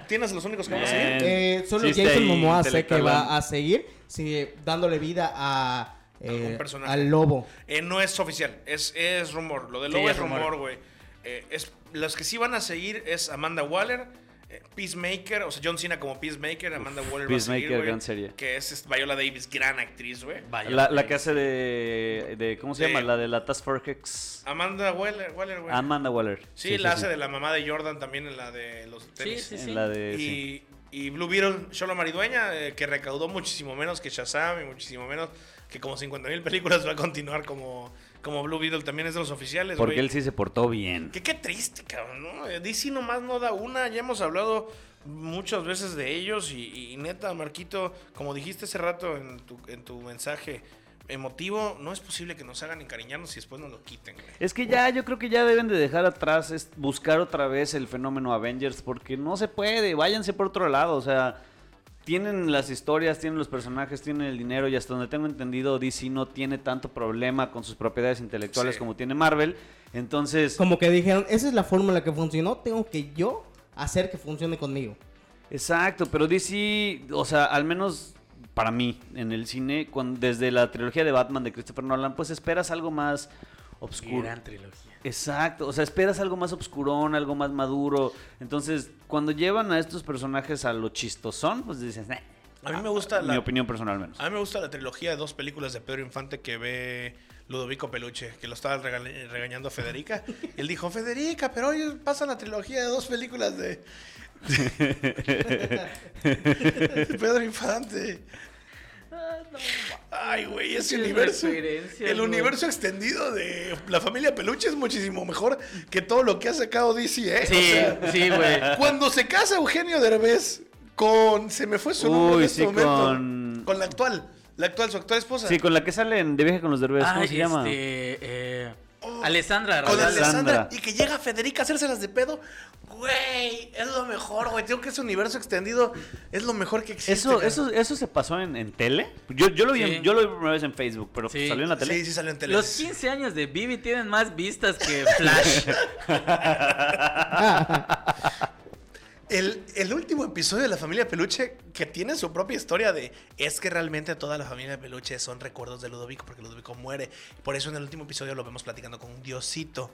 Speaker 1: ¿Tienes los únicos que van a seguir?
Speaker 4: Eh, solo
Speaker 2: Sí está
Speaker 4: Jason
Speaker 2: ahí
Speaker 4: Momoa sé que
Speaker 2: intelectual.
Speaker 4: va a seguir sí, dándole vida a, eh,
Speaker 1: Algún personaje.
Speaker 4: al lobo.
Speaker 1: Eh, no es oficial, es, es rumor. Lo de
Speaker 3: Sí,
Speaker 1: Lobo
Speaker 3: es
Speaker 1: es rumor,
Speaker 3: rumor.
Speaker 1: güey. Eh, es- los que sí van a seguir es Amanda Waller, eh, Peacemaker, o sea, John Cena como Peacemaker, Amanda Waller va a seguir,
Speaker 2: Peacemaker,
Speaker 1: güey,
Speaker 2: gran serie.
Speaker 1: Que es, es Viola Davis, gran actriz, güey.
Speaker 3: Vaya.
Speaker 2: La, la que hace de, de- ¿Cómo se
Speaker 1: De-
Speaker 2: llama? La de la Task Force X.
Speaker 1: Amanda Waller, Waller, güey.
Speaker 2: Amanda Waller.
Speaker 1: sí, la hace de la mamá de Jordan también en la de los tenis.
Speaker 3: Sí,
Speaker 2: En
Speaker 3: sí.
Speaker 2: la de.
Speaker 1: y,
Speaker 2: sí.
Speaker 1: y Blue Beetle, Solo Maridueña, eh, que recaudó muchísimo menos que Shazam y muchísimo menos que como 50 mil películas va a continuar como, como Blue Beetle. También es de los oficiales,
Speaker 2: Porque
Speaker 1: güey.
Speaker 2: él sí se portó bien.
Speaker 1: Que qué triste, cabrón, ¿no? Eh, DC nomás no da una, ya hemos hablado muchas veces de ellos y, y neta, Marquito, como dijiste hace rato en tu, en tu mensaje emotivo, no es posible que nos hagan encariñarnos y después nos lo quiten, güey.
Speaker 2: Es que ya, yo creo que ya deben de dejar atrás, es buscar otra vez el fenómeno Avengers, porque no se puede, váyanse por otro lado, o sea, tienen las historias, tienen los personajes, tienen el dinero y hasta donde tengo entendido, DC no tiene tanto problema con sus propiedades intelectuales
Speaker 1: Sí.
Speaker 2: como tiene Marvel, entonces,
Speaker 4: Como que dijeron, esa es la fórmula que funcionó, tengo que yo hacer que funcione conmigo.
Speaker 2: exacto, pero DC, o sea, al menos... Para mí, en el cine, cuan- desde la trilogía de Batman de Christopher Nolan, pues esperas algo más obscuro.
Speaker 3: Gran trilogía.
Speaker 2: Exacto, o sea, esperas algo más obscurón, algo más maduro. Entonces, cuando llevan a estos personajes a lo chistosón, pues dices, "Nah".
Speaker 1: A mí me gusta
Speaker 2: mi
Speaker 1: la, Ah,
Speaker 2: opinión personal al menos.
Speaker 1: a mí me gusta la trilogía de dos películas de Pedro Infante que ve Ludovico Peluche, que lo estaba regale- regañando a Federica. Y él dijo, Federica, pero hoy pasa la trilogía de dos películas de Pedro Infante. Ay, güey, ese
Speaker 3: Pinches
Speaker 1: universo.
Speaker 3: referencias,
Speaker 1: El
Speaker 3: güey.
Speaker 1: universo extendido de la familia Peluche es muchísimo mejor que todo lo que ha sacado DC, ¿eh? O
Speaker 3: Sí,
Speaker 1: sea,
Speaker 3: sí, güey.
Speaker 1: cuando se casa Eugenio Derbez con. Se me fue su nombre
Speaker 2: Uy,
Speaker 1: en este
Speaker 2: sí,
Speaker 1: momento.
Speaker 2: con-
Speaker 1: la actual. La actual, su actual esposa.
Speaker 2: Sí, con la que salen de viaje con los derbes, ¿cómo
Speaker 3: Ay,
Speaker 2: se llama?
Speaker 3: este, eh,
Speaker 1: Oh,
Speaker 3: Alessandra
Speaker 1: Con
Speaker 3: Rosales.
Speaker 1: Alessandra. Y
Speaker 2: Alessandra.
Speaker 1: que llega Federica a hacérselas de pedo. Güey, es lo mejor, güey. Creo que ese universo extendido es lo mejor que existe.
Speaker 2: Eso,
Speaker 1: cara.
Speaker 2: eso, eso se pasó en, en tele. Yo, yo lo vi, en-
Speaker 3: Sí.
Speaker 2: yo lo vi por primera vez en Facebook, pero
Speaker 3: Sí.
Speaker 2: salió en la tele.
Speaker 1: Sí, sí salió en tele.
Speaker 3: Los 15 años de Bibi tienen más vistas que Flash.
Speaker 1: El, el último episodio de la familia Peluche que tiene su propia historia de es que realmente toda la familia Peluche son recuerdos de Ludovico porque Ludovico muere. Por eso en el último episodio lo vemos platicando con un diosito.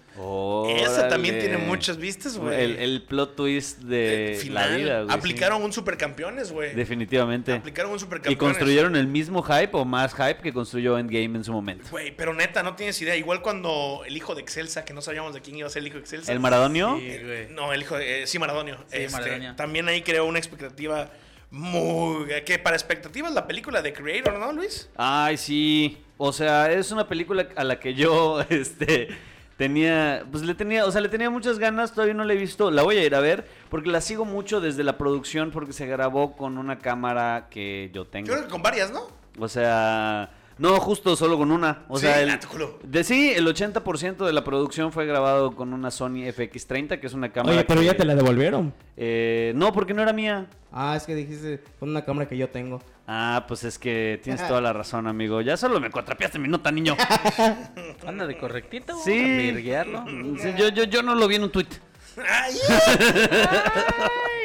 Speaker 1: Esa también
Speaker 2: Órale.
Speaker 1: tiene muchas vistas, güey.
Speaker 2: El, el plot twist de
Speaker 1: Eh, final.
Speaker 2: la vida, güey, sí.
Speaker 1: Aplicaron un supercampeones, güey.
Speaker 2: Definitivamente.
Speaker 1: Aplicaron un
Speaker 2: Y
Speaker 1: supercampeones.
Speaker 2: construyeron el mismo hype o más hype que construyó Endgame en su momento.
Speaker 1: Güey, pero neta, no tienes idea. Igual cuando el hijo de Excelsa, que no sabíamos de quién iba a ser el hijo de Excelsa.
Speaker 2: El Maradonio.
Speaker 3: Sí, güey.
Speaker 1: No, el hijo de. eh, sí, Maradonio.
Speaker 3: Sí,
Speaker 1: Este,
Speaker 3: Maradonio.
Speaker 1: También ahí creó una expectativa muy. Que para expectativas la película de Creator, ¿no, Luis?
Speaker 2: Ay, sí. O sea, es una película a la que yo, este, tenía, pues le tenía, o sea, le tenía muchas ganas, todavía no la he visto, la voy a ir a ver, porque la sigo mucho desde la producción, porque se grabó con una cámara que yo tengo.
Speaker 1: Yo creo que con varias, ¿no?
Speaker 2: O sea, No, justo solo con una. O
Speaker 1: Sí,
Speaker 2: sea, el,
Speaker 1: ah, tu culo.
Speaker 2: de sí, el 80% de la producción fue grabado con una Sony FX30, que es una cámara.
Speaker 5: Oye, pero
Speaker 2: que-
Speaker 5: ya te la devolvieron.
Speaker 2: eh, no, porque no era mía.
Speaker 4: Ah, es que dijiste con una cámara que yo tengo.
Speaker 2: Ah, pues es que tienes toda la razón, amigo. Ya solo me cuatrapeaste mi nota, niño.
Speaker 3: Anda de correctito.
Speaker 2: Sí.
Speaker 3: a verguearlo.
Speaker 2: Sí, yo, yo, yo no lo vi en un tweet.
Speaker 1: Ay,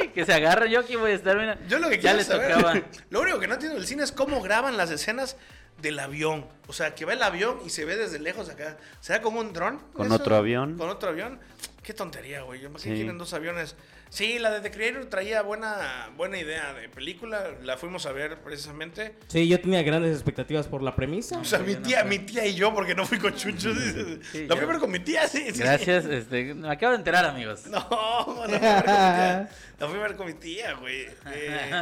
Speaker 3: Ay, que se agarra. Yo aquí voy a estar. Mira,
Speaker 1: yo lo que
Speaker 3: ya
Speaker 1: quiero
Speaker 3: le
Speaker 1: saber-
Speaker 3: tocaba.
Speaker 1: Lo único que no entiendo del cine es cómo graban las escenas del avión. O sea, que va el avión y se ve desde lejos acá. ¿Será como un dron?
Speaker 2: Con
Speaker 1: eso?
Speaker 2: otro avión.
Speaker 1: Con otro avión. Qué tontería, güey. Yo me
Speaker 2: Sí.
Speaker 1: tienen dos aviones. Sí, la de The Creator traía buena, buena idea de película. La fuimos a ver precisamente.
Speaker 4: Sí, yo tenía grandes expectativas por la premisa.
Speaker 1: O sea, mi tía, mi tía y yo, porque no fui con Chucho. dices,
Speaker 3: Sí,
Speaker 1: la
Speaker 3: yo-
Speaker 1: primera con mi tía, sí. sí.
Speaker 3: Gracias. Este, me acabo de enterar, amigos.
Speaker 1: No, la fui a ver con mi tía. La fui a ver con mi tía, güey.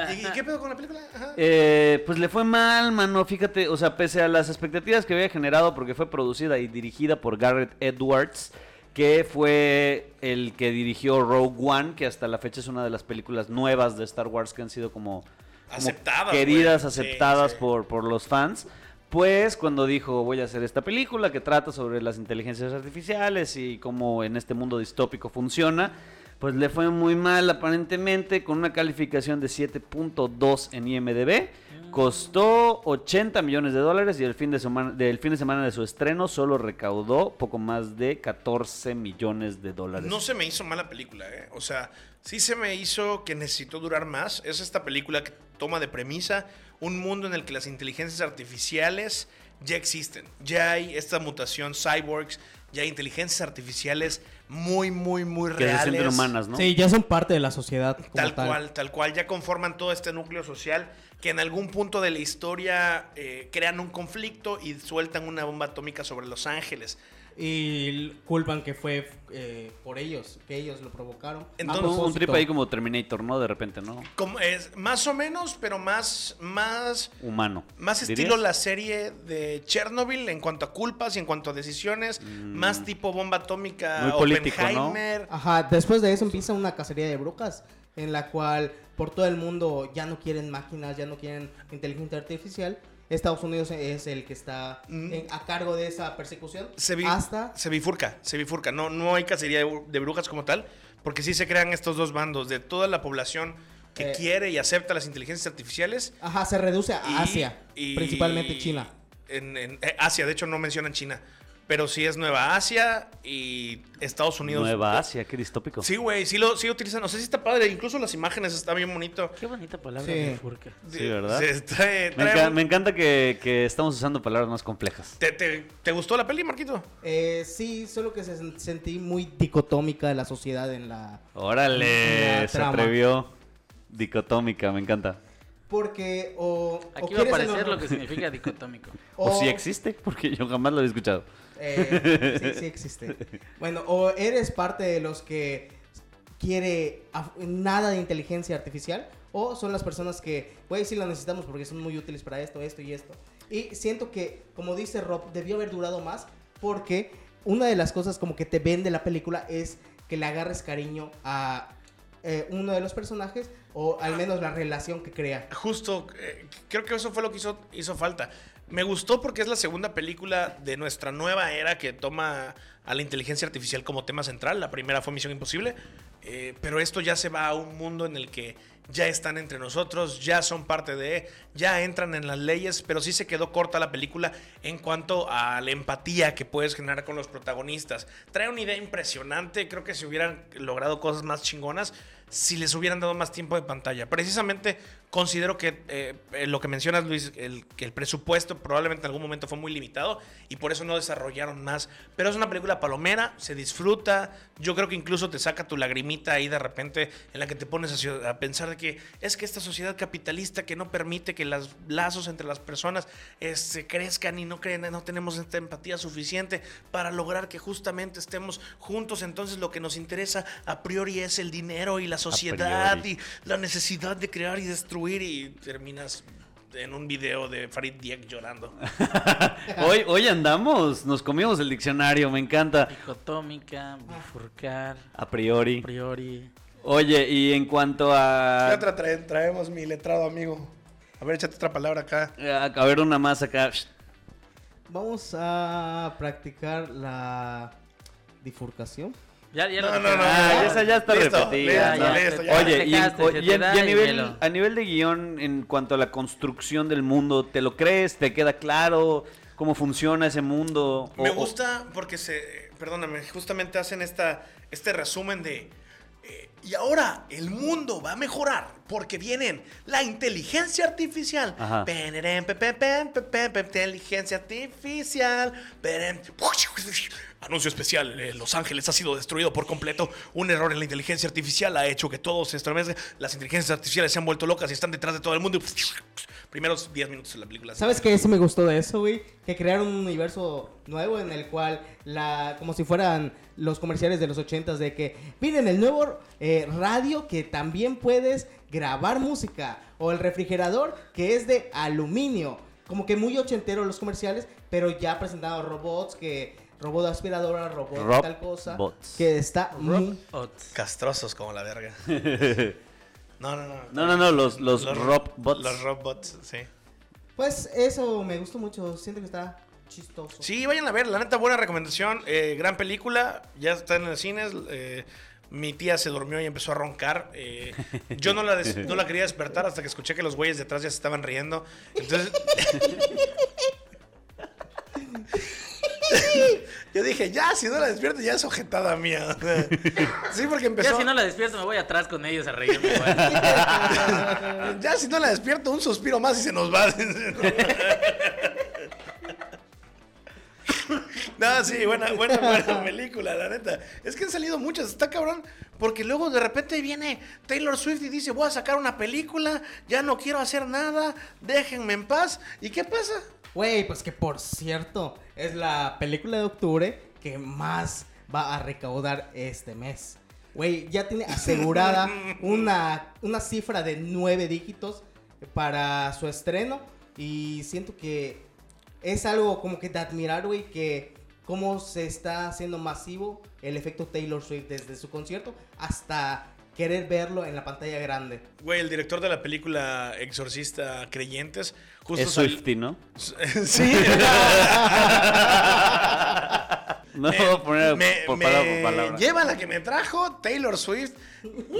Speaker 1: Eh, ¿y, y qué pedo con la película? Ajá.
Speaker 2: Eh, pues le fue mal, mano. Fíjate, o sea, pese a las expectativas que había generado, porque fue producida y dirigida por Garrett Edwards, que fue el que dirigió Rogue One, que hasta la fecha es una de las películas nuevas de Star Wars que han sido como, como
Speaker 1: Aceptadas,
Speaker 2: queridas,
Speaker 1: güey. Sí,
Speaker 2: aceptadas
Speaker 1: sí.
Speaker 2: Por, por los fans. Pues cuando dijo voy a hacer esta película que trata sobre las inteligencias artificiales y cómo en este mundo distópico funciona, pues le fue muy mal aparentemente con una calificación de 7.2 en
Speaker 1: Mm.
Speaker 2: IMDB. Costó 80 millones de dólares y el fin de semana, del fin de semana de su estreno solo recaudó poco más de 14 millones de dólares.
Speaker 1: No se me hizo mala película, ¿eh? O sea, sí se me hizo que necesitó durar más. Es esta película que toma de premisa un mundo en el que las inteligencias artificiales ya existen. Ya hay esta mutación cyborgs, ya hay inteligencias artificiales muy, muy, muy
Speaker 2: que se
Speaker 1: reales.
Speaker 2: sienten humanas, ¿no?
Speaker 4: Sí, ya son parte de la sociedad. como
Speaker 1: Tal, cual, tal cual. Ya conforman todo este núcleo social que en algún punto de la historia eh, crean un conflicto y sueltan una bomba atómica sobre Los Ángeles.
Speaker 4: Y l- culpan que fue eh, por ellos, que ellos lo provocaron. A
Speaker 1: Entonces,
Speaker 2: Un- un
Speaker 4: propósito.
Speaker 2: trip ahí como Terminator, ¿no? De repente, ¿no?
Speaker 1: Como es, más o menos, pero más, más
Speaker 2: Humano.
Speaker 1: Más
Speaker 2: ¿dirías?
Speaker 1: estilo la serie de Chernobyl en cuanto a culpas y en cuanto a decisiones. Más tipo bomba atómica.
Speaker 2: Mm. Muy político, ¿no?
Speaker 1: Oppenheimer.
Speaker 4: Ajá, después de eso empieza una cacería de brujas en la cual por todo el mundo ya no quieren máquinas, ya no quieren inteligencia artificial. Estados Unidos es el que está
Speaker 1: Mm.
Speaker 4: en- a cargo de esa persecución.
Speaker 1: Se, bi-
Speaker 4: Hasta
Speaker 1: se bifurca, se bifurca. No, no hay cacería de, bru- de brujas como tal, porque sí se crean estos dos bandos de toda la población que
Speaker 4: Eh.
Speaker 1: quiere y acepta las inteligencias artificiales.
Speaker 4: ajá, se reduce a
Speaker 1: y-
Speaker 4: Asia,
Speaker 1: y-
Speaker 4: principalmente China.
Speaker 1: En, en- eh, Asia, de hecho no mencionan China, pero sí es Nueva Asia y Estados Unidos.
Speaker 2: Nueva Asia, qué distópico.
Speaker 1: Sí, güey, sí lo sí utilizan. No sé si está padre, incluso las imágenes está bien bonito.
Speaker 3: Qué bonita palabra,
Speaker 4: Sí.
Speaker 3: bifurca.
Speaker 2: Sí, ¿verdad?
Speaker 1: Se trae-
Speaker 2: Me,
Speaker 1: trae
Speaker 2: enca-
Speaker 1: un-
Speaker 2: me encanta que, que estamos usando palabras más complejas.
Speaker 1: ¿Te, te, te gustó la peli, Marquito?
Speaker 4: Eh, sí, solo que se sen- sentí muy dicotómica de la sociedad en la...
Speaker 2: Órale,
Speaker 4: Una
Speaker 2: se
Speaker 4: trama.
Speaker 2: atrevió. Dicotómica, me encanta.
Speaker 4: Porque o... o
Speaker 3: Aquí va a
Speaker 4: quieres
Speaker 3: aparecer
Speaker 4: eno-
Speaker 3: lo que significa dicotómico.
Speaker 2: O,
Speaker 4: o-
Speaker 2: si existe, porque yo jamás lo había escuchado.
Speaker 4: Eh, sí, sí existe. Bueno, o eres parte de los que quiere af- nada de inteligencia artificial, o son las personas que, güey, sí la necesitamos porque son muy útiles para esto, esto y esto. Y siento que, como dice Rob, debió haber durado más porque una de las cosas como que te vende la película es que le agarres cariño a eh, uno de los personajes o al menos la relación que crea.
Speaker 1: Justo, eh, creo que eso fue lo que hizo, hizo falta. Me gustó porque es la segunda película de nuestra nueva era que toma a la inteligencia artificial como tema central. La primera fue Misión Imposible, eh, pero esto ya se va a un mundo en el que ya están entre nosotros, ya son parte de, ya entran en las leyes, pero sí se quedó corta la película en cuanto a la empatía que puedes generar con los protagonistas. Trae una idea impresionante, creo que si hubieran logrado cosas más chingonas, si les hubieran dado más tiempo de pantalla. Precisamente considero que eh, eh, lo que mencionas, Luis, el, que el presupuesto probablemente en algún momento fue muy limitado y por eso no desarrollaron más. Pero es una película palomera, se disfruta. Yo creo que incluso te saca tu lagrimita ahí de repente en la que te pones a, ciu- a pensar de que es que esta sociedad capitalista que no permite que los lazos entre las personas este, crezcan y no creen, no tenemos esta empatía suficiente para lograr que justamente estemos juntos. Entonces lo que nos interesa a priori es el dinero y la sociedad
Speaker 2: priori.
Speaker 1: y la necesidad de crear y destruir y terminas en un video de Farid Dieck llorando.
Speaker 2: Hoy, hoy andamos, nos comimos el diccionario, me encanta.
Speaker 3: Dicotómica, bifurcar,
Speaker 2: A
Speaker 3: a
Speaker 2: priori.
Speaker 3: priori.
Speaker 2: Oye, y en cuanto
Speaker 1: ¿Qué
Speaker 2: a.
Speaker 1: otra trae- traemos, mi letrado amigo? A ver, échate otra palabra acá.
Speaker 2: A a ver, una más acá.
Speaker 4: Vamos a practicar la difurcación.
Speaker 3: Ya, ya lo
Speaker 1: No, no, no,
Speaker 3: Ah,
Speaker 2: Ah,
Speaker 1: no.
Speaker 2: esa ya está
Speaker 1: Listo,
Speaker 2: repetida.
Speaker 1: listo,
Speaker 2: ¿no?
Speaker 1: listo, ya.
Speaker 2: Oye,
Speaker 3: Te
Speaker 2: y, en-
Speaker 3: quedaste,
Speaker 2: o-
Speaker 3: se
Speaker 2: y
Speaker 3: te
Speaker 2: en-
Speaker 3: da
Speaker 2: y a,
Speaker 3: el
Speaker 2: nivel,
Speaker 3: hielo.
Speaker 2: a nivel de guión, en cuanto a la construcción del mundo, ¿te lo crees? ¿Te queda claro cómo funciona ese mundo?
Speaker 1: Me
Speaker 2: O- o-
Speaker 1: gusta porque se, perdóname, justamente hacen esta, este resumen de... eh, y ahora el mundo va a mejorar porque vienen la inteligencia artificial.
Speaker 2: Ajá.
Speaker 1: Pererem, pe, pe, pe, pe, pe, pe, Inteligencia artificial. Perem. Anuncio especial, eh, Los Ángeles ha sido destruido por completo. Un error en la inteligencia artificial ha hecho que todos se estremezcan. Las inteligencias artificiales se han vuelto locas y están detrás de todo el mundo. Primeros 10 minutos de la película.
Speaker 4: ¿Sabes qué? Eso me gustó de eso, güey. Que crearon un universo nuevo en el cual, la, como si fueran los comerciales de los ochentas, de que, miren, el nuevo eh, radio que también puedes grabar música. O el refrigerador que es de aluminio. Como que muy ochentero los comerciales, pero ya presentado robots que... Robot aspiradora, robot
Speaker 2: Rob-
Speaker 4: tal cosa.
Speaker 2: bots.
Speaker 4: Que está muy...
Speaker 3: Ots.
Speaker 1: Castrosos como la verga. No, no, no.
Speaker 2: No, no, no, los, los, robots.
Speaker 1: Los robots, sí.
Speaker 4: Pues eso me gustó mucho. Siento que está chistoso.
Speaker 1: Sí, vayan a ver, la neta, buena recomendación. eh, gran película, ya está en los cines. eh, mi tía se durmió y empezó a roncar. eh, yo no la, des- no la quería despertar hasta que escuché que los güeyes detrás ya se estaban riendo. Entonces. yo dije, ya, si no la despierto, ya es ojetada mía. O sea, sí, porque empezó.
Speaker 3: Ya si no la despierto, me voy atrás con ellos a reírme. güey.
Speaker 1: Ya si no la despierto, un suspiro más y se nos va. No, sí, buena, buena, buena película, la neta. Es que han salido muchas, está cabrón, porque luego de repente viene Taylor Swift y dice, voy a sacar una película, ya no quiero hacer nada, déjenme en paz. ¿Y qué pasa?
Speaker 4: Güey, pues que por cierto, es la película de octubre que más va a recaudar este mes. Güey, ya tiene asegurada una, una cifra de nueve dígitos para su estreno. Y siento que es algo como que de admirar, güey, que cómo se está haciendo masivo el efecto Taylor Swift desde su concierto hasta querer verlo en la pantalla grande.
Speaker 1: Güey, el director de la película Exorcista Creyentes, justo
Speaker 2: Es Swifty, ¿no?
Speaker 1: Sí.
Speaker 2: No, voy a poner
Speaker 1: Eh, me-
Speaker 2: por
Speaker 1: me
Speaker 2: palabra por palabra.
Speaker 1: Lleva la que me trajo, Taylor Swift.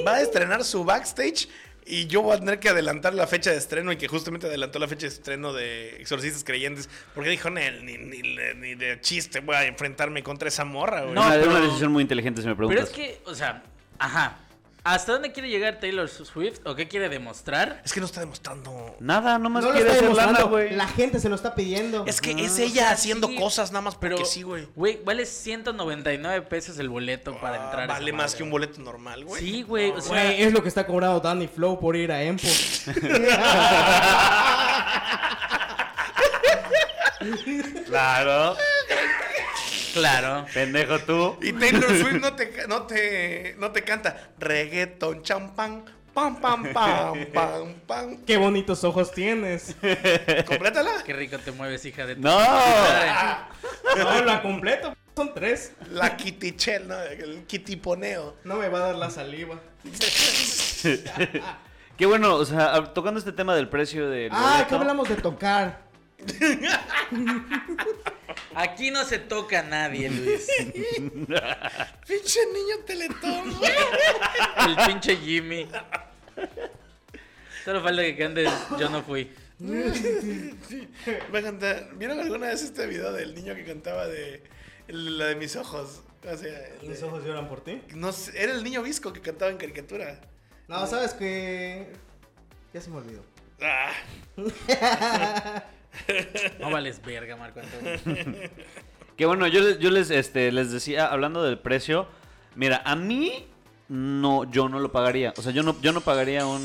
Speaker 1: Va a estrenar su backstage. Y yo voy a tener que adelantar la fecha de estreno. Y que justamente adelantó la fecha de estreno de Exorcistas Creyentes. Porque dijo, "Nel, ni, ni, ni de chiste voy a enfrentarme contra esa morra, güey.
Speaker 3: No,
Speaker 2: Una- una
Speaker 3: pero-
Speaker 2: decisión muy inteligente, si me
Speaker 3: Pero
Speaker 2: preguntas.
Speaker 3: es que, o sea, ajá. ¿Hasta dónde quiere llegar Taylor Swift o qué quiere demostrar?
Speaker 1: Es que no está demostrando.
Speaker 2: Nada, nomás
Speaker 4: No lo
Speaker 2: quiere
Speaker 4: está
Speaker 2: hacer lana,
Speaker 4: demostrando,
Speaker 2: güey.
Speaker 4: la gente se lo está pidiendo.
Speaker 1: Es que
Speaker 3: Ah,
Speaker 1: es
Speaker 3: o
Speaker 1: ella
Speaker 3: sea,
Speaker 1: haciendo
Speaker 3: sí,
Speaker 1: cosas nada más
Speaker 3: Pero,
Speaker 1: porque sí, güey.
Speaker 3: vale 199 pesos el boleto para
Speaker 1: Ah,
Speaker 3: entrar. a esa
Speaker 1: vale más
Speaker 3: madre.
Speaker 1: que un boleto normal, güey.
Speaker 3: Sí, güey. o sea,
Speaker 4: Güey, es lo que está cobrado Danny Flow por ir a Empo.
Speaker 2: Claro,
Speaker 3: claro.
Speaker 2: pendejo tú.
Speaker 1: Y Taylor Swift no te, no te, no te canta reggaeton, champán, pam, pam, pam, pam, pam.
Speaker 4: Qué bonitos ojos tienes.
Speaker 1: Complátala.
Speaker 3: Qué rico te mueves, hija de tu
Speaker 2: No.
Speaker 3: madre.
Speaker 4: No, la completo. Son tres.
Speaker 1: La kitichel, ¿no? El kitiponeo.
Speaker 4: No me va a dar la saliva.
Speaker 2: Qué bueno, o sea, a- tocando este tema del precio del
Speaker 4: Ah,
Speaker 2: boleto,
Speaker 4: ¿qué hablamos de tocar?
Speaker 3: Aquí no se toca a nadie, Luis.
Speaker 1: Pinche niño teletón, güey.
Speaker 3: El pinche Jimmy. Solo falta que cantes Yo no fui.
Speaker 1: Va a cantar. ¿Vieron alguna vez este video del niño que cantaba de la de mis ojos? O sea, el de-
Speaker 4: lloran por ti.
Speaker 1: no sé, era el niño visco que cantaba en caricatura.
Speaker 4: No, sabes que. Ya se me olvidó.
Speaker 1: Ah,
Speaker 3: No vales verga, Marco Antonio.
Speaker 2: Que bueno, yo, yo les, este, les decía, hablando del precio, mira, a mí no, yo no lo pagaría. O sea, yo no, yo no pagaría un.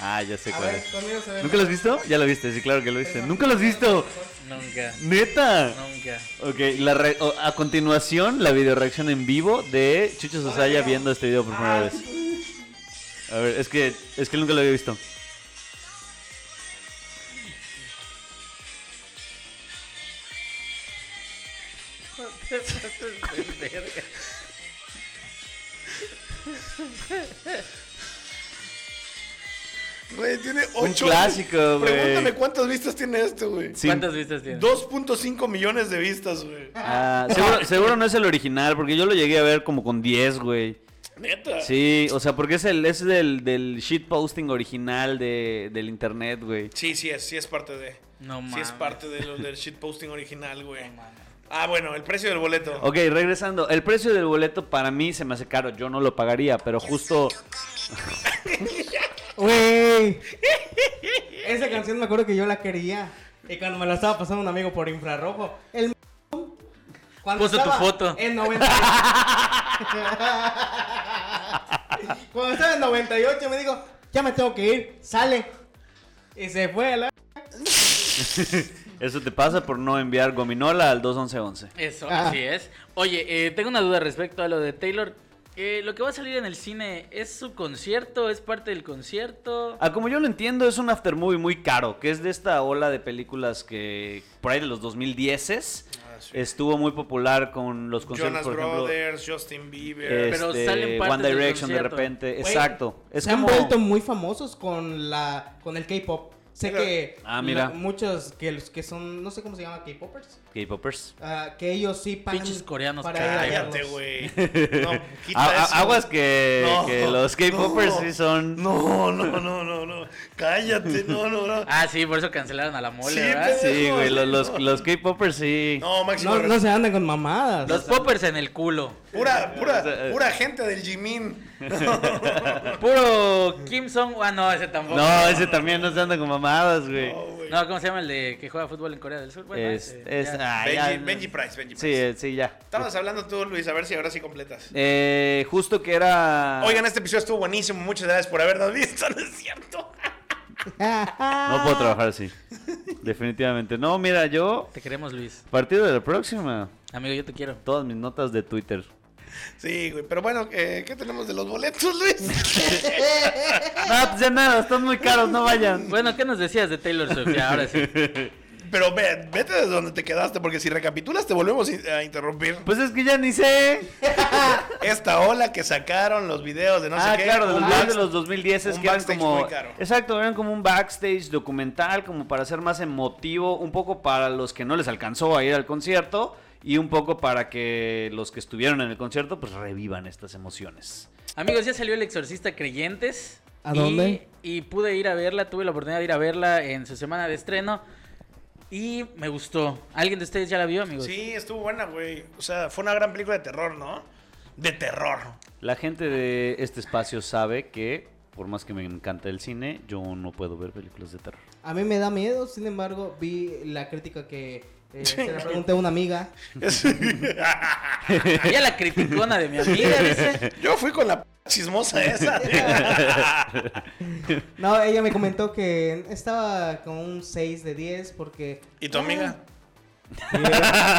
Speaker 2: Ah, ya sé
Speaker 4: A
Speaker 2: cuál
Speaker 4: ver,
Speaker 2: es.
Speaker 4: conmigo se ve.
Speaker 2: ¿Nunca lo has visto? Ya lo viste, sí, claro que lo viste. ¿Nunca lo has visto?
Speaker 3: Nunca,
Speaker 2: ¡Neta!
Speaker 3: nunca.
Speaker 2: Ok, la re- o- a continuación, la video reacción en vivo de Chucho Sosaya viendo este video por primera vez. A ver, es que, es que nunca lo había visto.
Speaker 3: No te pases de verga.
Speaker 1: Güey, tiene
Speaker 2: Un
Speaker 1: 8.
Speaker 2: clásico, güey.
Speaker 1: Pregúntame cuántas vistas tiene esto, güey.
Speaker 2: Sí.
Speaker 3: ¿Cuántas vistas tiene?
Speaker 1: 2.5 millones de vistas, güey.
Speaker 2: Ah, seguro, seguro no es el original, porque yo lo llegué a ver como con 10, güey.
Speaker 1: Neta.
Speaker 2: Sí, o sea, porque es el es del, del shitposting original de, del internet, güey.
Speaker 1: Sí, sí es, sí es parte de.
Speaker 3: No
Speaker 1: Sí es
Speaker 3: mames.
Speaker 1: parte de lo, del shitposting original, güey.
Speaker 3: No mames.
Speaker 1: Ah, bueno, el precio del boleto.
Speaker 2: Ok, regresando. El precio del boleto para mí se me hace caro. Yo no lo pagaría, pero justo.
Speaker 4: Güey. Esa canción me acuerdo que yo la quería. Y cuando me la estaba pasando un amigo por infrarrojo, el cuando
Speaker 3: Puso tu
Speaker 4: estaba
Speaker 3: foto.
Speaker 4: En 90. cuando estaba en 98 me dijo, ya me tengo que ir, sale. Y se fue a la...
Speaker 2: Eso te pasa por no enviar gominola al 21111.
Speaker 3: Eso,
Speaker 4: Ah.
Speaker 3: así es. Oye, eh, tengo una duda respecto a lo de Taylor. Eh, lo que va a salir en el cine, ¿es su concierto? ¿Es parte del concierto?
Speaker 2: Ah, como yo lo entiendo, es un after movie muy caro, que es de esta ola de películas que por ahí de los 2010s
Speaker 1: Ah, sí.
Speaker 2: estuvo muy popular con los conciertos,
Speaker 1: Jonas
Speaker 2: por ejemplo.
Speaker 1: Brothers, Justin Bieber.
Speaker 2: este,
Speaker 3: Pero salen partes
Speaker 2: One
Speaker 3: del
Speaker 2: Direction de
Speaker 3: concierto.
Speaker 2: repente.
Speaker 4: Güey,
Speaker 2: Exacto. Es
Speaker 4: se
Speaker 2: como...
Speaker 4: han vuelto muy famosos con la con el K-pop. Sé
Speaker 1: Mira.
Speaker 4: que
Speaker 2: Ah, mira.
Speaker 4: la- muchos que los que son, no sé cómo se llama, K-popers,
Speaker 2: K-popers.
Speaker 4: ah, que ellos sí pagan
Speaker 3: Pinches coreanos,
Speaker 4: para ir a
Speaker 1: Cállate,
Speaker 4: verlos.
Speaker 1: güey. No, quita
Speaker 2: A- a-
Speaker 1: eso.
Speaker 2: Ah, aguas que, que los K-popers
Speaker 1: no.
Speaker 2: sí son.
Speaker 1: No, no, no, no, no. Cállate, no, no, no.
Speaker 3: Ah, sí, por eso cancelaron a la mole,
Speaker 1: Sí,
Speaker 3: ¿verdad?
Speaker 1: pero-
Speaker 2: Sí, pues, güey, los, los, los K-popers sí.
Speaker 1: No, máximo.
Speaker 4: No, no
Speaker 1: respeto.
Speaker 4: se andan con mamadas.
Speaker 3: Los poppers en el culo.
Speaker 1: Pura,
Speaker 2: O sea,
Speaker 1: pura,
Speaker 2: eh.
Speaker 1: pura gente del Jimin.
Speaker 3: Puro Kim Song. Ah, no, ese tampoco.
Speaker 2: No, ese también no se anda con mamadas, güey.
Speaker 1: No, güey.
Speaker 3: No, ¿cómo se llama el de que juega fútbol en Corea del Sur? Bueno,
Speaker 2: Es-
Speaker 3: ese,
Speaker 2: es-
Speaker 3: ya.
Speaker 2: ah, ya.
Speaker 1: Benji, Benji Price, Benji
Speaker 2: Sí,
Speaker 1: Price.
Speaker 2: eh, sí, ya.
Speaker 1: Estabas hablando tú, Luis, a ver si ahora sí completas.
Speaker 2: Eh, justo que era.
Speaker 1: Oigan, este episodio estuvo buenísimo. Muchas gracias por habernos visto, ¿no es cierto?
Speaker 2: No puedo trabajar así. Definitivamente. No, mira, yo.
Speaker 3: Te queremos, Luis.
Speaker 2: Partido de la próxima.
Speaker 3: Amigo, yo te quiero.
Speaker 2: Todas mis notas de Twitter.
Speaker 1: Sí, güey. Pero bueno, eh, ¿qué tenemos de los boletos, Luis?
Speaker 2: No, pues ya nada, están muy caros, no vayan. Pues,
Speaker 3: Bueno, ¿qué nos decías de Taylor Swift? Ya, ahora sí.
Speaker 1: Pero ve- vete de donde te quedaste, porque si recapitulas te volvemos in- a interrumpir.
Speaker 2: Pues es que ya ni sé.
Speaker 1: Esta ola que sacaron los videos de no
Speaker 2: ah,
Speaker 1: sé qué.
Speaker 2: claro, de los
Speaker 1: un
Speaker 2: videos
Speaker 1: back-
Speaker 2: de los 2010 es
Speaker 1: un
Speaker 2: que eran
Speaker 1: backstage
Speaker 2: como.
Speaker 1: muy caro.
Speaker 2: Exacto, eran como un backstage documental, como para ser más emotivo, un poco para los que no les alcanzó a ir al concierto y un poco para que los que estuvieron en el concierto pues revivan estas emociones.
Speaker 3: Amigos, ya salió El Exorcista Creyentes.
Speaker 4: ¿A
Speaker 3: Y-
Speaker 4: dónde?
Speaker 3: Y, pude ir a verla, tuve la oportunidad de ir a verla en su semana de estreno. Y me gustó. ¿Alguien de ustedes ya la vio, amigos?
Speaker 1: Sí, estuvo buena, güey. O sea, fue una gran película de terror, ¿no? De terror.
Speaker 2: La gente de este espacio sabe que por más que me encanta el cine, yo no puedo ver películas de terror.
Speaker 4: A mí me da miedo, sin embargo, vi la crítica que eh, se la pregunté a una amiga.
Speaker 3: Ya la criticona de mi amiga, dice.
Speaker 1: Yo fui con la p- chismosa esa.
Speaker 4: No, ella me comentó que estaba con un 6 de 10 porque...
Speaker 1: ¿Y tu amiga?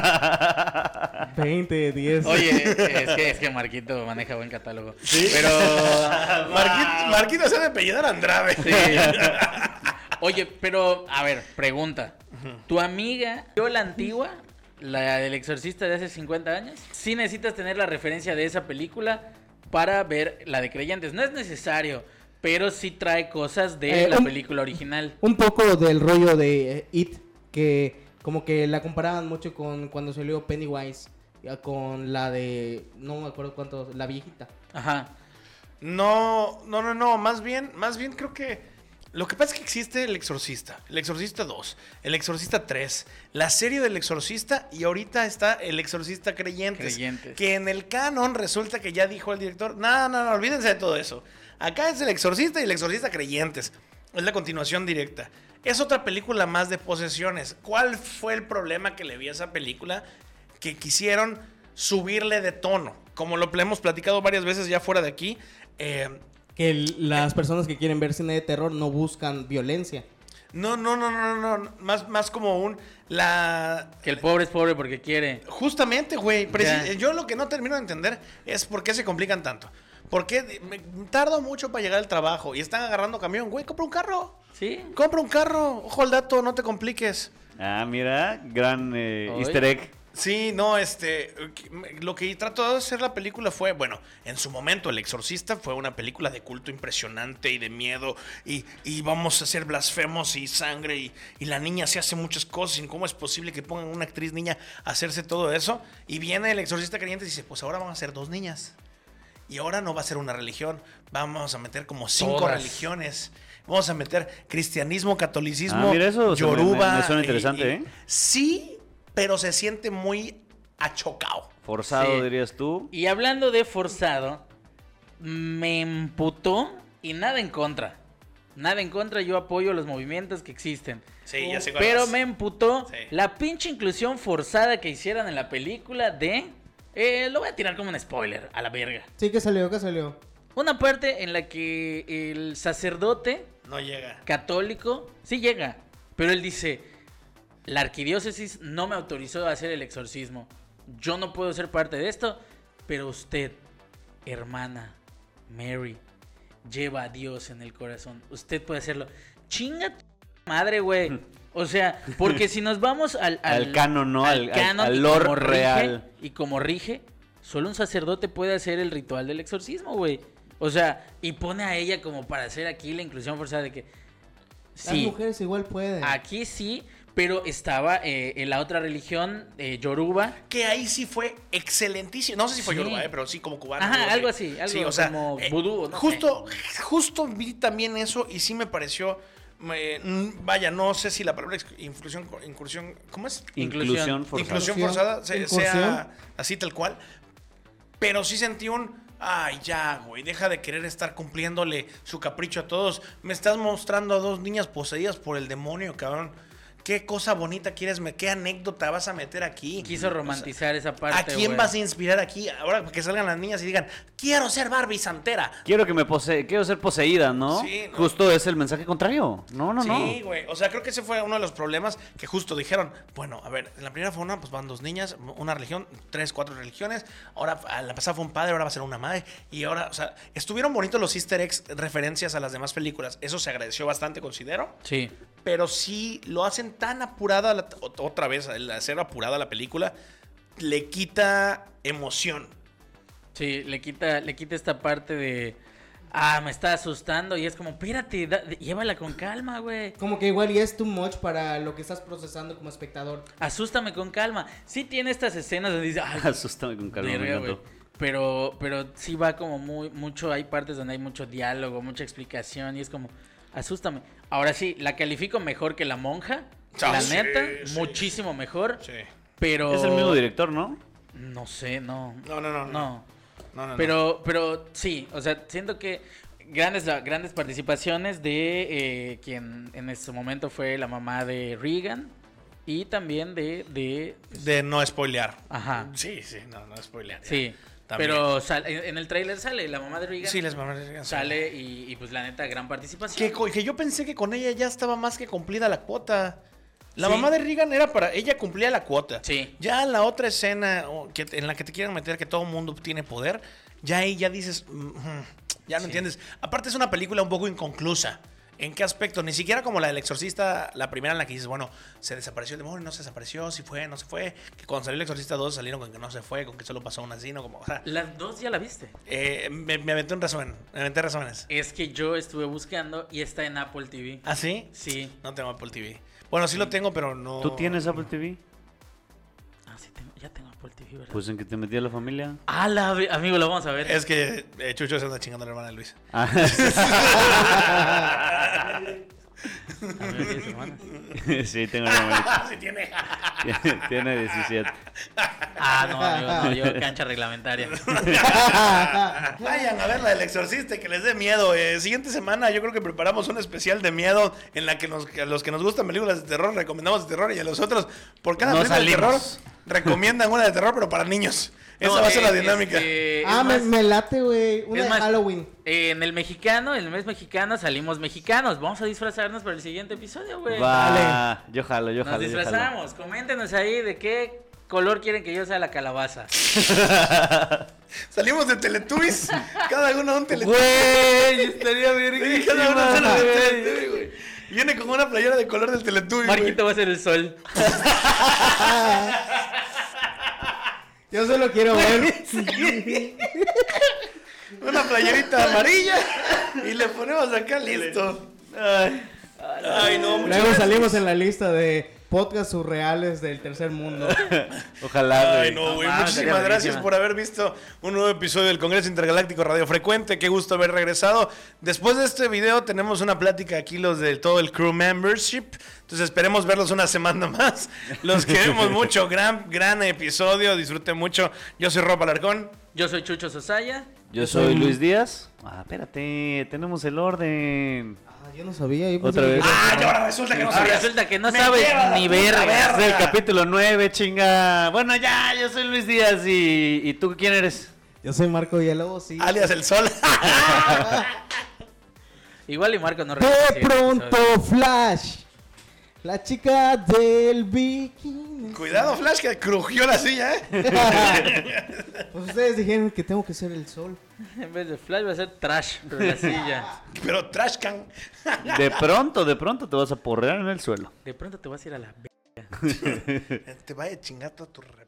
Speaker 4: Ah, 20 de 10.
Speaker 3: Oye, es que, es que Marquito maneja buen catálogo.
Speaker 1: Pero.
Speaker 2: Ah.
Speaker 1: Marquito, Marquito se ha de apellidar Andrade.
Speaker 3: Sí. Oye, pero, a ver, pregunta. ¿Tu amiga vio la antigua? La del exorcista de hace 50 años. Sí necesitas tener la referencia de esa película para ver la de Creyentes. No es necesario, pero sí trae cosas de
Speaker 4: Eh,
Speaker 3: la
Speaker 4: un-
Speaker 3: película original.
Speaker 4: Un poco del rollo de eh, It, que como que la comparaban mucho con cuando salió Pennywise, ya con la de... No me acuerdo cuánto, la viejita.
Speaker 3: Ajá.
Speaker 1: No, no, no, no. Más bien, más bien creo que. Lo que pasa es que existe El Exorcista, El Exorcista 2, El Exorcista 3, la serie del Exorcista y ahorita está El Exorcista Creyentes.
Speaker 3: Creyentes.
Speaker 1: Que en el canon resulta que ya dijo el director, no, no, no, olvídense de todo eso. Acá es El Exorcista y El Exorcista Creyentes. Es la continuación directa. Es otra película más de posesiones. ¿Cuál fue el problema que le vi a esa película? que quisieron subirle de tono. Como lo pl- hemos platicado varias veces ya fuera de aquí, eh,
Speaker 4: Que el- las personas que quieren ver cine de terror no buscan violencia.
Speaker 1: no, no, no, no, no, no, más, más como un, la...
Speaker 3: Que el pobre es pobre porque quiere.
Speaker 1: Justamente, güey, preci-
Speaker 3: Ya.
Speaker 1: yo lo que no termino de entender es por qué se complican tanto. ¿Por qué de- me tardo mucho para llegar al trabajo y están agarrando camión? Güey, compra un carro.
Speaker 3: ¿Sí?
Speaker 1: Compra un carro. Ojo al dato, no te compliques.
Speaker 2: Ah, mira, gran eh,
Speaker 3: Ay.
Speaker 2: easter egg.
Speaker 1: Sí, no, este, lo que trató de hacer la película fue, bueno, en su momento El Exorcista fue una película de culto impresionante y de miedo y, y vamos a ser blasfemos y sangre y, y la niña se hace muchas cosas y cómo es posible que pongan una actriz niña a hacerse todo eso y viene El Exorcista creyente y dice, pues ahora van a ser dos niñas y ahora no va a ser una religión, vamos a meter como cinco
Speaker 3: Todas.
Speaker 1: religiones. Vamos a meter cristianismo, catolicismo,
Speaker 2: Ah, mira, eso se me-
Speaker 1: yoruba.
Speaker 2: me- me suena
Speaker 1: y-
Speaker 2: interesante,
Speaker 1: y-
Speaker 2: ¿eh?
Speaker 1: Sí, pero se siente muy achocado.
Speaker 2: Forzado,
Speaker 3: Sí.
Speaker 2: dirías tú.
Speaker 3: Y hablando de forzado, me emputó y nada en contra. Nada en contra, yo apoyo los movimientos que existen.
Speaker 1: Sí, ya sé cuál
Speaker 3: Pero
Speaker 1: vas.
Speaker 3: me emputó
Speaker 1: Sí.
Speaker 3: la pinche inclusión forzada que hicieron en la película de... eh, lo voy a tirar como un spoiler, a la verga.
Speaker 4: Sí, que salió, que salió.
Speaker 3: Una parte en la que el sacerdote
Speaker 1: No llega.
Speaker 3: católico sí llega, pero él dice, la arquidiócesis no me autorizó a hacer el exorcismo. Yo no puedo ser parte de esto, pero usted, hermana Mary, lleva a Dios en el corazón. Usted puede hacerlo. Chinga tu madre, güey. O sea, porque si nos vamos al...
Speaker 2: Al canon, ¿no? Al- al- al
Speaker 3: y
Speaker 2: lore
Speaker 3: como rige-
Speaker 2: real.
Speaker 3: y como rige, solo un sacerdote puede hacer el ritual del exorcismo, güey. O sea, y pone a ella como para hacer aquí la inclusión forzada de que...
Speaker 4: Las
Speaker 3: Sí,
Speaker 4: mujeres igual pueden.
Speaker 3: aquí sí, pero estaba eh, en la otra religión, eh, Yoruba.
Speaker 1: Que ahí sí fue excelentísimo. No sé si fue
Speaker 3: Sí.
Speaker 1: Yoruba, eh, pero sí como cubano.
Speaker 3: Ajá, algo así, algo como vudú, no
Speaker 1: eh, justo, justo vi también eso y sí me pareció. me- mm, vaya, no sé si la palabra ex- inclusión, incursión, ¿cómo es?
Speaker 2: Inclusión
Speaker 3: Inclusión.
Speaker 2: forzada.
Speaker 1: Inclusión
Speaker 4: Inclusión,
Speaker 1: forzada, se-
Speaker 4: incursión.
Speaker 1: sea así tal cual. Pero sí sentí un. Ay, ya, güey, deja de querer estar cumpliéndole su capricho a todos. Me estás mostrando a dos niñas poseídas por el demonio, cabrón. ¿Qué cosa bonita quieres? me- ¿Qué anécdota vas a meter aquí?
Speaker 3: Quiso romantizar esa parte.
Speaker 1: ¿A quién
Speaker 3: güey.
Speaker 1: vas a inspirar aquí? Ahora que salgan las niñas y digan, quiero ser Barbie Santera.
Speaker 2: Quiero que me posee, quiero ser poseída, ¿no?
Speaker 1: Sí, no.
Speaker 2: Justo es el mensaje contrario. No, no, no.
Speaker 1: Sí, güey. O sea, creo que ese fue uno de los problemas que justo dijeron. Bueno, a ver, en la primera fue una, pues van dos niñas, una religión, tres, cuatro religiones. Ahora, a la pasada fue un padre, ahora va a ser una madre. Y ahora, o sea, estuvieron bonitos los easter eggs, referencias a las demás películas. Eso se agradeció bastante, considero.
Speaker 3: Sí.
Speaker 1: Pero sí lo hacen tan apurada, la- ot- otra vez, el hacer apurada la película, le quita emoción.
Speaker 3: Sí, le quita, le quita esta parte de. Ah, me está asustando. Y es como, espérate, da- llévala con calma, güey.
Speaker 4: Como que igual y es too much para lo que estás procesando como espectador.
Speaker 3: Asústame con calma. Sí tiene estas escenas donde dice. "Ay,
Speaker 2: Asústame con calma, me
Speaker 3: verga,
Speaker 2: encantó.
Speaker 3: güey". Pero, pero sí va como muy, mucho, hay partes donde hay mucho diálogo, mucha explicación, y es como, asústame. Ahora sí, la califico mejor que la monja.
Speaker 1: Ah,
Speaker 3: la
Speaker 1: sí,
Speaker 3: neta,
Speaker 1: sí.
Speaker 3: muchísimo mejor.
Speaker 1: Sí.
Speaker 3: Pero.
Speaker 2: Es el mismo director, ¿no?
Speaker 3: No sé, no.
Speaker 1: No, no, no.
Speaker 3: No.
Speaker 1: No, no, no.
Speaker 3: Pero, pero sí, o sea, siento que grandes, grandes participaciones de eh, quien en ese momento fue la mamá de Regan y también de. de
Speaker 1: De no spoilear.
Speaker 3: ajá.
Speaker 1: Sí, sí, no, no spoilear. ya.
Speaker 3: Ah. Sí.
Speaker 1: También.
Speaker 3: Pero sale- en el tráiler sale la mamá de Regan.
Speaker 1: Sí, les mamás.
Speaker 3: Sale y, y, pues la neta, gran participación.
Speaker 1: Que, co- que yo pensé que con ella ya estaba más que cumplida la cuota. La
Speaker 3: Sí.
Speaker 1: mamá de Regan era para. Ella cumplía la cuota.
Speaker 3: Sí.
Speaker 1: Ya en la otra escena o que, en la que te quieren meter que todo el mundo tiene poder, ya ahí ya dices. "Mm, mm", ya no
Speaker 3: Sí.
Speaker 1: entiendes. Aparte, es una película un poco inconclusa. ¿En qué aspecto? Ni siquiera como la del exorcista, la primera en la que dices, bueno, se desapareció el demonio, no se desapareció, si fue, no se fue. Que cuando salió el exorcista 2 salieron con que no se fue, con que solo pasó un asino, como. O sea,
Speaker 3: Las dos ya la viste.
Speaker 1: eh, me, me aventé un resumen. Me aventé resúmenes.
Speaker 3: Es que yo estuve buscando y está en Apple TV.
Speaker 1: ¿Ah, sí?
Speaker 3: Sí.
Speaker 1: No tengo Apple TV. Bueno, sí lo tengo, pero no.
Speaker 2: Mm. ¿Tú tienes Apple TV?
Speaker 3: Ah, sí, tengo- ya tengo Apple TV, ¿verdad?
Speaker 2: Pues en que te metí a la familia.
Speaker 3: Ah, la ve- amigo, lo vamos a ver.
Speaker 1: Es que eh, Chucho se anda chingando a la hermana de Luis.
Speaker 2: Ah,
Speaker 3: A ver, diez semanas.
Speaker 2: sí, tengo una hermanita.
Speaker 1: Ah, sí tiene.
Speaker 2: Tiene 17.
Speaker 3: Ah, no, amigo, no, yo cancha reglamentaria.
Speaker 4: Ah,
Speaker 1: Vayan a ver la del exorcista y que les dé miedo. Eh, siguiente semana yo creo que preparamos un especial de miedo en la que, nos- que a los que nos gustan películas de terror recomendamos de terror y a los otros, por cada
Speaker 2: No
Speaker 1: película de
Speaker 2: salimos.
Speaker 1: terror, recomiendan una de terror, pero para niños. Esa
Speaker 3: No,
Speaker 1: va a ser la
Speaker 3: eh,
Speaker 1: dinámica.
Speaker 3: este,
Speaker 4: ah,
Speaker 3: es
Speaker 4: me,
Speaker 3: más-
Speaker 4: me late, güey.
Speaker 3: es
Speaker 4: Una de
Speaker 3: más,
Speaker 4: Halloween.
Speaker 3: eh, en el mexicano, en el mes mexicano, salimos mexicanos. Vamos a disfrazarnos para el siguiente episodio,
Speaker 1: Pues,
Speaker 3: güey.
Speaker 2: Va, yo jalo, yo
Speaker 3: Nos
Speaker 2: jalo. yo jalo.
Speaker 3: disfrazamos. Coméntenos ahí de qué color quieren que yo sea la calabaza.
Speaker 1: Salimos de Teletubbies, cada uno un Teletubbies.
Speaker 2: Güey, estaría
Speaker 1: Sí, cada uno sale de
Speaker 2: bien.
Speaker 1: Teletubbies, güey. Viene con una playera de color del Teletubbies. güey.
Speaker 3: Marquito va a ser el sol.
Speaker 4: Yo solo quiero ver.
Speaker 1: Una playerita amarilla y le ponemos acá listo. Ay, Ay, no, muchas
Speaker 4: Luego
Speaker 1: gracias.
Speaker 4: salimos en la lista de podcasts surreales del tercer mundo.
Speaker 2: Ojalá,
Speaker 1: Ay,
Speaker 2: güey.
Speaker 1: no, güey.
Speaker 3: Ah, estaría
Speaker 1: Muchísimas gracias
Speaker 3: buenísima.
Speaker 1: por haber visto un nuevo episodio del Congreso Intergaláctico Radio Frecuente. Qué gusto haber regresado. Después de este video tenemos una plática aquí los de todo el crew membership. Entonces esperemos verlos una semana más. Los queremos mucho. Gran, gran episodio. Disfruten mucho. Yo soy Rob Alarcón.
Speaker 3: Yo soy Chucho Sosaya.
Speaker 2: Yo soy Luis Díaz. Ah, espérate, tenemos el orden.
Speaker 4: Ah, yo no sabía. yo pensé
Speaker 2: Otra
Speaker 4: que
Speaker 2: vez.
Speaker 4: era-
Speaker 1: Ah, y ahora resulta que no
Speaker 3: Ahora
Speaker 1: sabías.
Speaker 3: resulta que no
Speaker 1: Me
Speaker 3: sabes
Speaker 1: lleva la
Speaker 3: ni
Speaker 1: puta
Speaker 3: verga.
Speaker 1: verga.
Speaker 2: Es el capítulo 9, chinga. Bueno, ya, yo soy Luis Díaz y, y tú quién eres.
Speaker 4: Yo soy Marco Villalobos, sí.
Speaker 1: Alias el sol.
Speaker 3: Igual y Marco no regresa, sí,
Speaker 4: De pronto,
Speaker 3: episodio.
Speaker 4: Flash. La chica del bikini.
Speaker 1: Cuidado, Flash, que crujió la silla, ¿eh?
Speaker 4: Pues ustedes dijeron que tengo que ser el sol.
Speaker 3: En vez de Flash va a ser Trash, pero la silla.
Speaker 1: Pero trash can.
Speaker 2: De pronto, de pronto te vas a porrear en el suelo.
Speaker 3: De pronto te vas a ir a la
Speaker 1: Te va a chingar toda tu re-